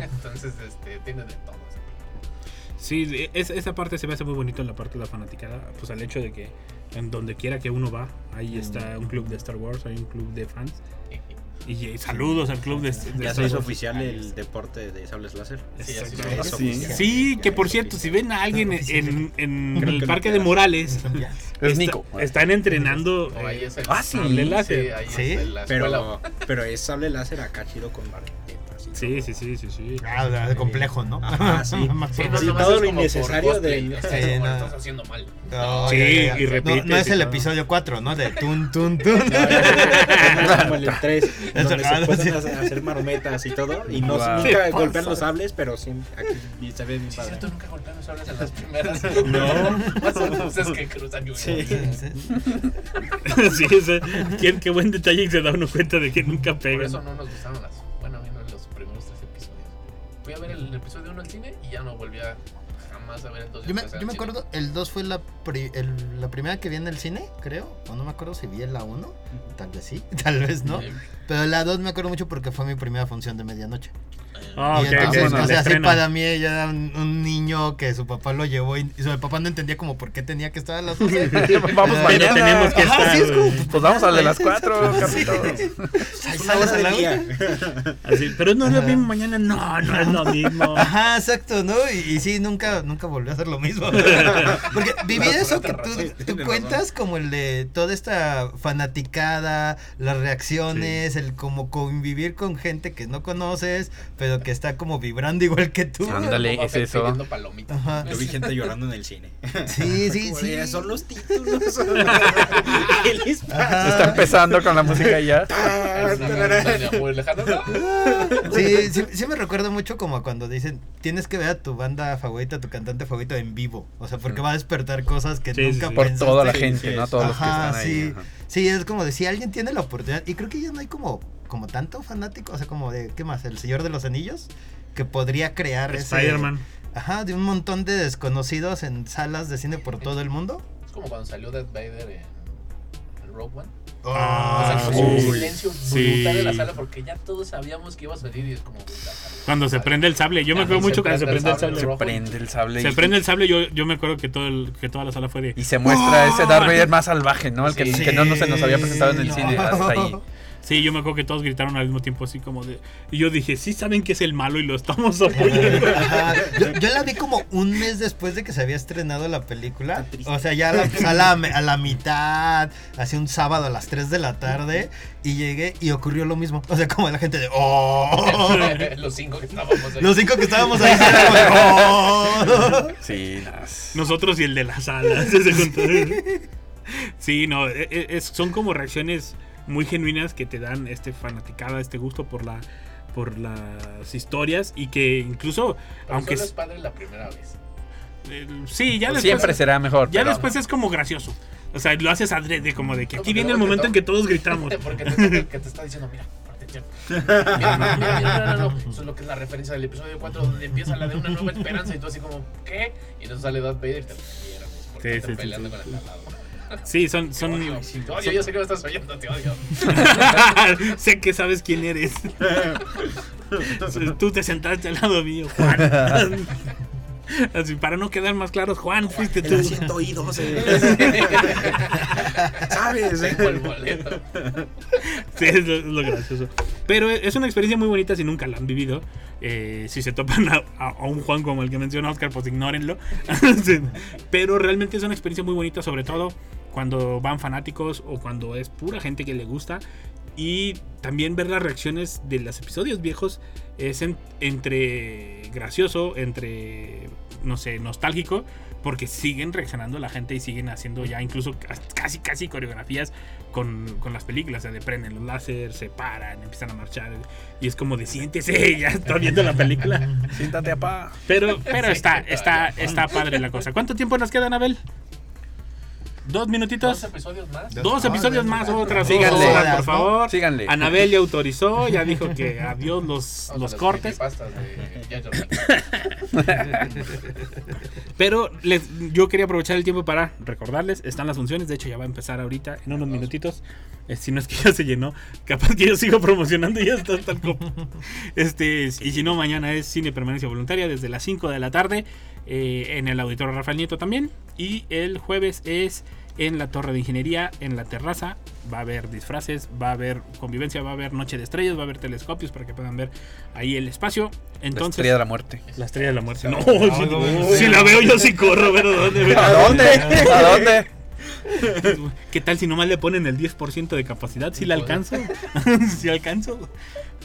Speaker 2: Entonces, este, tiene de todo. o sea.
Speaker 1: Sí, de- es- esa parte se me hace muy bonito en la parte de la fanaticada. Pues al hecho de que en donde quiera que uno va, ahí está un club de Star Wars, hay un club de fans. Y, y saludos al club de, de
Speaker 5: Ya se
Speaker 1: Star
Speaker 5: hizo
Speaker 1: Wars.
Speaker 5: oficial el deporte de sables láser.
Speaker 2: Sí, así
Speaker 1: Exacto.
Speaker 2: es.
Speaker 5: Es
Speaker 1: Sí.
Speaker 5: oficial.
Speaker 1: Sí, que por cierto, si ven a alguien en, en
Speaker 5: Creo
Speaker 1: el
Speaker 5: que no
Speaker 1: parque de
Speaker 5: queda.
Speaker 1: Morales,
Speaker 4: Es
Speaker 1: está-
Speaker 4: Nico.
Speaker 1: están entrenando.
Speaker 2: O ahí
Speaker 1: eh,
Speaker 2: es el-
Speaker 4: ah, sí,
Speaker 1: sable láser.
Speaker 2: Sí, ahí es
Speaker 3: Sí,
Speaker 2: el- la escuela.
Speaker 5: Pero, pero es sable láser acá chido con barretas. y
Speaker 1: Sí, sí, sí, sí, sí.
Speaker 3: Ah, de- de complejo, ¿no?
Speaker 5: Ajá, sí.
Speaker 3: Más
Speaker 2: Sí,
Speaker 3: profundo.
Speaker 5: Sí,
Speaker 2: nomás
Speaker 5: todo
Speaker 2: es
Speaker 5: lo
Speaker 2: como por
Speaker 5: innecesario
Speaker 2: cosplay,
Speaker 5: de-
Speaker 2: o sea,
Speaker 3: Sí,
Speaker 2: como lo
Speaker 3: no.
Speaker 2: estás haciendo mal.
Speaker 3: No,
Speaker 1: Sí,
Speaker 3: ya, ya, ya.
Speaker 1: y
Speaker 3: No-
Speaker 1: repites
Speaker 3: No, es
Speaker 1: y
Speaker 3: el
Speaker 1: todo.
Speaker 3: episodio 4, ¿no? De tun, tun, tun.
Speaker 5: No, como el 3,
Speaker 3: Eso,
Speaker 5: donde
Speaker 3: ah,
Speaker 5: se
Speaker 3: no,
Speaker 5: pueden
Speaker 3: sí.
Speaker 5: hacer hacer marometas y todo. Y no,
Speaker 4: Wow.
Speaker 5: nunca
Speaker 1: Sí,
Speaker 5: golpean los sables, pero siempre aquí se ve bien
Speaker 2: Sí, es
Speaker 5: padre.
Speaker 2: cierto, nunca golpean los sables en las primeras. No. Más o menos es que cruzan y uno.
Speaker 1: sí, o sea, qué, qué buen detalle que se da uno cuenta de que nunca
Speaker 2: Por
Speaker 1: pegan.
Speaker 2: eso no nos gustaron las. Bueno, a mí no los primeros tres episodios. Fui a ver el, episodio 1 al cine y ya no volví a jamás a ver el 2
Speaker 3: Yo me, yo me acuerdo, el 2 fue la, pri- el- la primera que vi en el cine, creo. O no me acuerdo si vi en la 1. Tal vez sí, tal vez no. Pero la 2 me acuerdo mucho porque fue mi primera función de medianoche.
Speaker 1: Ah,
Speaker 3: y
Speaker 1: ok, ok,
Speaker 3: entonces, o
Speaker 1: el
Speaker 3: sea, sí,
Speaker 1: estreno.
Speaker 3: para mí ella era un, un niño que su papá lo llevó y, y su papá no entendía como por qué tenía que estar a las 12.
Speaker 4: Vamos
Speaker 3: Pero
Speaker 4: mañana.
Speaker 1: tenemos que
Speaker 3: Ajá,
Speaker 1: estar,
Speaker 3: sí, es como,
Speaker 1: güey.
Speaker 4: Pues vamos al de las cuatro,
Speaker 3: Sí.
Speaker 4: capito.
Speaker 3: Ay,
Speaker 5: Una
Speaker 3: sales
Speaker 5: hora
Speaker 3: a la
Speaker 5: del
Speaker 3: una.
Speaker 5: día.
Speaker 1: Así, pero no es lo mismo mañana. No, no es lo mismo.
Speaker 3: Ajá, exacto, ¿no? Y, y sí, nunca, nunca volvió a hacer lo mismo. Porque vivir eso que tú,
Speaker 5: razón,
Speaker 3: tú
Speaker 5: tienes
Speaker 3: cuentas como el de toda esta fanaticada, las reacciones, el como convivir con gente que no conoces, pero que está como vibrando igual que tú.
Speaker 4: Ándale, es eso.
Speaker 2: Pidiendo palomitas.
Speaker 3: Ajá.
Speaker 5: Yo vi gente llorando en el cine.
Speaker 3: Sí, sí,
Speaker 5: Como
Speaker 3: sí.
Speaker 5: de, Son los títulos. ¿Qué les pasa?
Speaker 4: Se está empezando con la música ya.
Speaker 3: Ah,
Speaker 2: Es una memoria muy lejana, ¿no?
Speaker 3: Sí, sí, sí me recuerdo mucho como a cuando dicen, tienes que ver a tu banda favorita, a tu cantante favorito en vivo. O sea, porque va a despertar cosas que
Speaker 1: Sí, sí,
Speaker 3: nunca
Speaker 1: sí.
Speaker 4: Por
Speaker 3: pensaste.
Speaker 4: toda la
Speaker 5: Sí,
Speaker 4: gente,
Speaker 5: sí,
Speaker 4: ¿no?
Speaker 5: sí.
Speaker 4: Todos los que
Speaker 3: Ajá,
Speaker 4: están ahí.
Speaker 3: sí.
Speaker 4: ajá.
Speaker 3: Sí, es como de si alguien tiene la oportunidad. Y creo que ya no hay como, como tanto fanático. O sea, como de, ¿qué más? El Señor de los Anillos. Que podría crear ese-
Speaker 1: Spider-Man.
Speaker 3: Ajá, de un montón de desconocidos en salas de cine por todo el mundo.
Speaker 2: Es como cuando salió Death Vader en, en Rogue One.
Speaker 1: Ah,
Speaker 2: o sea, como un
Speaker 1: sí.
Speaker 2: silencio
Speaker 1: Sí.
Speaker 2: brutal en la sala porque ya todos sabíamos que iba a salir y es como.
Speaker 1: Cuando se prende el sable. Yo me acuerdo mucho cuando se prende el sable.
Speaker 4: Se prende el sable.
Speaker 1: Se
Speaker 4: y-
Speaker 1: prende el sable. Yo, yo me acuerdo que, todo el- que toda la sala fue de.
Speaker 4: Y se muestra ese Darth Vader más salvaje, ¿no? El que,
Speaker 3: Sí.
Speaker 4: que no, no se nos había presentado en el
Speaker 3: No.
Speaker 4: cine hasta ahí.
Speaker 1: Sí, yo me acuerdo que todos gritaron al mismo tiempo, así como de. Y yo dije, sí, saben que es el malo y lo estamos apoyando.
Speaker 3: Ajá. Yo, yo la vi como un mes después de que se había estrenado la película. O sea, ya la, a, la, a la mitad, hace un sábado a las 3 de la tarde. Y llegué y ocurrió lo mismo. O sea, como la gente de. ¡Oh!
Speaker 2: Los cinco que estábamos ahí.
Speaker 3: Los cinco que estábamos ahí. sí, era como de, "Oh".
Speaker 4: Sí, las-
Speaker 1: Nosotros y el de las alas. ese control. Sí, no, e- e- es- son como reacciones muy genuinas que te dan este fanaticada, este gusto por la por las historias y que incluso
Speaker 2: Pero
Speaker 1: aunque
Speaker 2: solo es
Speaker 1: es-
Speaker 2: padre la primera vez.
Speaker 1: eh, sí ya después
Speaker 4: pues siempre será mejor.
Speaker 1: ya
Speaker 4: pero-
Speaker 1: después es como gracioso o sea lo haces adrede como de que
Speaker 2: No,
Speaker 1: aquí
Speaker 2: porque
Speaker 1: viene el
Speaker 2: luego te
Speaker 1: momento en que
Speaker 2: toca.
Speaker 1: todos gritamos
Speaker 2: Porque te, que te está diciendo, mira, parte ya. Mira, mira, mira, mira, no, no, no. Eso es lo que es la referencia del episodio 4, donde empieza la de una nueva esperanza y tú así como, ¿qué? Y entonces sale Darth Vader y te mierda, pues, ¿por qué
Speaker 1: Sí,
Speaker 2: te
Speaker 1: sí, sí,
Speaker 2: peleando
Speaker 1: sí.
Speaker 2: con el al lado?
Speaker 1: Sí, son. son,
Speaker 2: Odio,
Speaker 1: son-
Speaker 2: te odio, yo sé que me estás oyendo, te odio.
Speaker 1: sé que sabes quién eres. Tú te sentaste al lado mío, Juan. Así, para no quedar más claros, Juan, fuiste tú.
Speaker 5: El asiento I-12. ¿Sabes?
Speaker 2: Tengo el boleto.
Speaker 1: Sí, es lo, es lo gracioso. Pero es una experiencia muy bonita si nunca la han vivido. Eh, si se topan a, a- a un Juan como el que menciona Oscar, pues ignórenlo. Sí. Pero realmente es una experiencia muy bonita, sobre todo cuando van fanáticos o cuando es pura gente que le gusta. Y también ver las reacciones de los episodios viejos es en- entre gracioso, entre, no sé, nostálgico, porque siguen reaccionando la gente y siguen haciendo ya incluso cas- casi, casi coreografías con, con las películas. O sea, le prenden los láser, se paran, empiezan a marchar. Y es como de siéntese, ya está viendo la película.
Speaker 4: Siéntate, apá.
Speaker 1: Pero, pero
Speaker 2: Sí,
Speaker 1: está,
Speaker 2: todavía.
Speaker 1: está, está padre la cosa. ¿Cuánto tiempo nos queda, Abel? ¿Dos
Speaker 2: Dos
Speaker 1: minutitos?
Speaker 2: episodios más.
Speaker 1: Dos episodios más, otras dos
Speaker 4: Síganle.
Speaker 1: horas, por favor.
Speaker 4: Síganle.
Speaker 1: Anabel ya autorizó, ya dijo que adiós los,
Speaker 2: Vamos a
Speaker 1: los
Speaker 2: las
Speaker 1: cortes.
Speaker 2: creepypastas de Yayo Rey.
Speaker 1: Pero les- yo quería aprovechar el tiempo para recordarles, están las funciones, de hecho ya va a empezar ahorita, en unos minutitos, eh, si no es que ya se llenó, capaz que yo sigo promocionando y ya está tal como. Este, y si no, mañana es cine permanencia voluntaria desde las 5 de la tarde eh, en el auditorio Rafael Nieto también, y el jueves es en la torre de ingeniería, en la terraza, va a haber disfraces, va a haber convivencia, va a haber noche de estrellas, va a haber telescopios para que puedan ver ahí el espacio.
Speaker 4: Entonces,
Speaker 1: Entonces,
Speaker 4: estrella de la muerte.
Speaker 1: la estrella de la muerte. No,
Speaker 3: no,
Speaker 1: si-
Speaker 3: no,
Speaker 1: si
Speaker 3: no.
Speaker 1: la veo yo sí corro, pero ¿dónde? Pero
Speaker 4: ¿A dónde? ¿A dónde?
Speaker 1: ¿Qué tal si nomás le ponen el 10% de capacidad? Si la alcanzo. si alcanzo.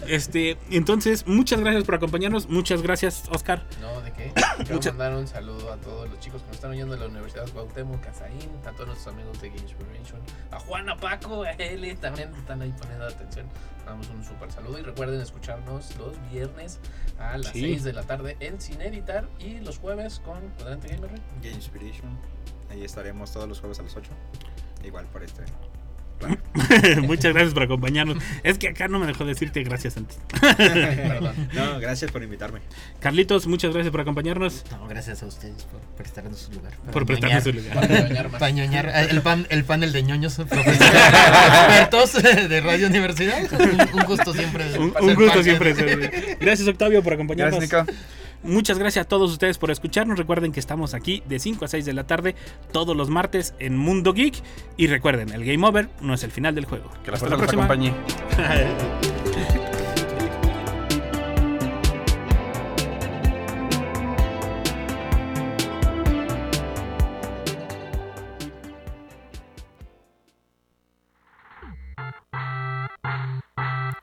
Speaker 1: Este, entonces, muchas gracias por acompañarnos. Muchas gracias, Oscar.
Speaker 2: No, ¿de qué? Quiero mandar un saludo a todos los chicos que nos están oyendo de la Universidad Cuauhtémoc, Casaín, a todos nuestros amigos de Inspiration, a Juana Paco, a Eli, también están ahí poniendo atención. Damos un super saludo y recuerden escucharnos los viernes a las
Speaker 1: Sí.
Speaker 2: 6 de la tarde en Sin Editar y los jueves con Cuadrante Gamer. Red.
Speaker 5: Game Inspiration. Ahí estaremos todos los jueves a las 8. Igual por este.
Speaker 1: muchas gracias por acompañarnos. Es que acá no me dejó decirte gracias antes.
Speaker 2: Perdón.
Speaker 5: No, gracias por invitarme.
Speaker 1: Carlitos, muchas gracias por acompañarnos.
Speaker 3: No, gracias a ustedes por prestarnos su lugar. para
Speaker 1: Por prestarnos su
Speaker 3: ñoñar.
Speaker 1: lugar.
Speaker 2: Para dañar más.
Speaker 3: Para ñoñar. Ah, El, pan, el panel de ñoños profesionales expertos de Radio Universidad. Un, un gusto siempre.
Speaker 1: Un,
Speaker 3: ser
Speaker 1: un gusto
Speaker 3: parte.
Speaker 1: siempre. Gracias, Octavio, por acompañarnos.
Speaker 4: Gracias, Nico.
Speaker 1: Muchas gracias a todos ustedes por escucharnos. Recuerden que estamos aquí de 5 a 6 de la tarde todos los martes en Mundo Geek. Y recuerden, el Game Over no es el final del juego.
Speaker 4: Que la fuerza los acompañe.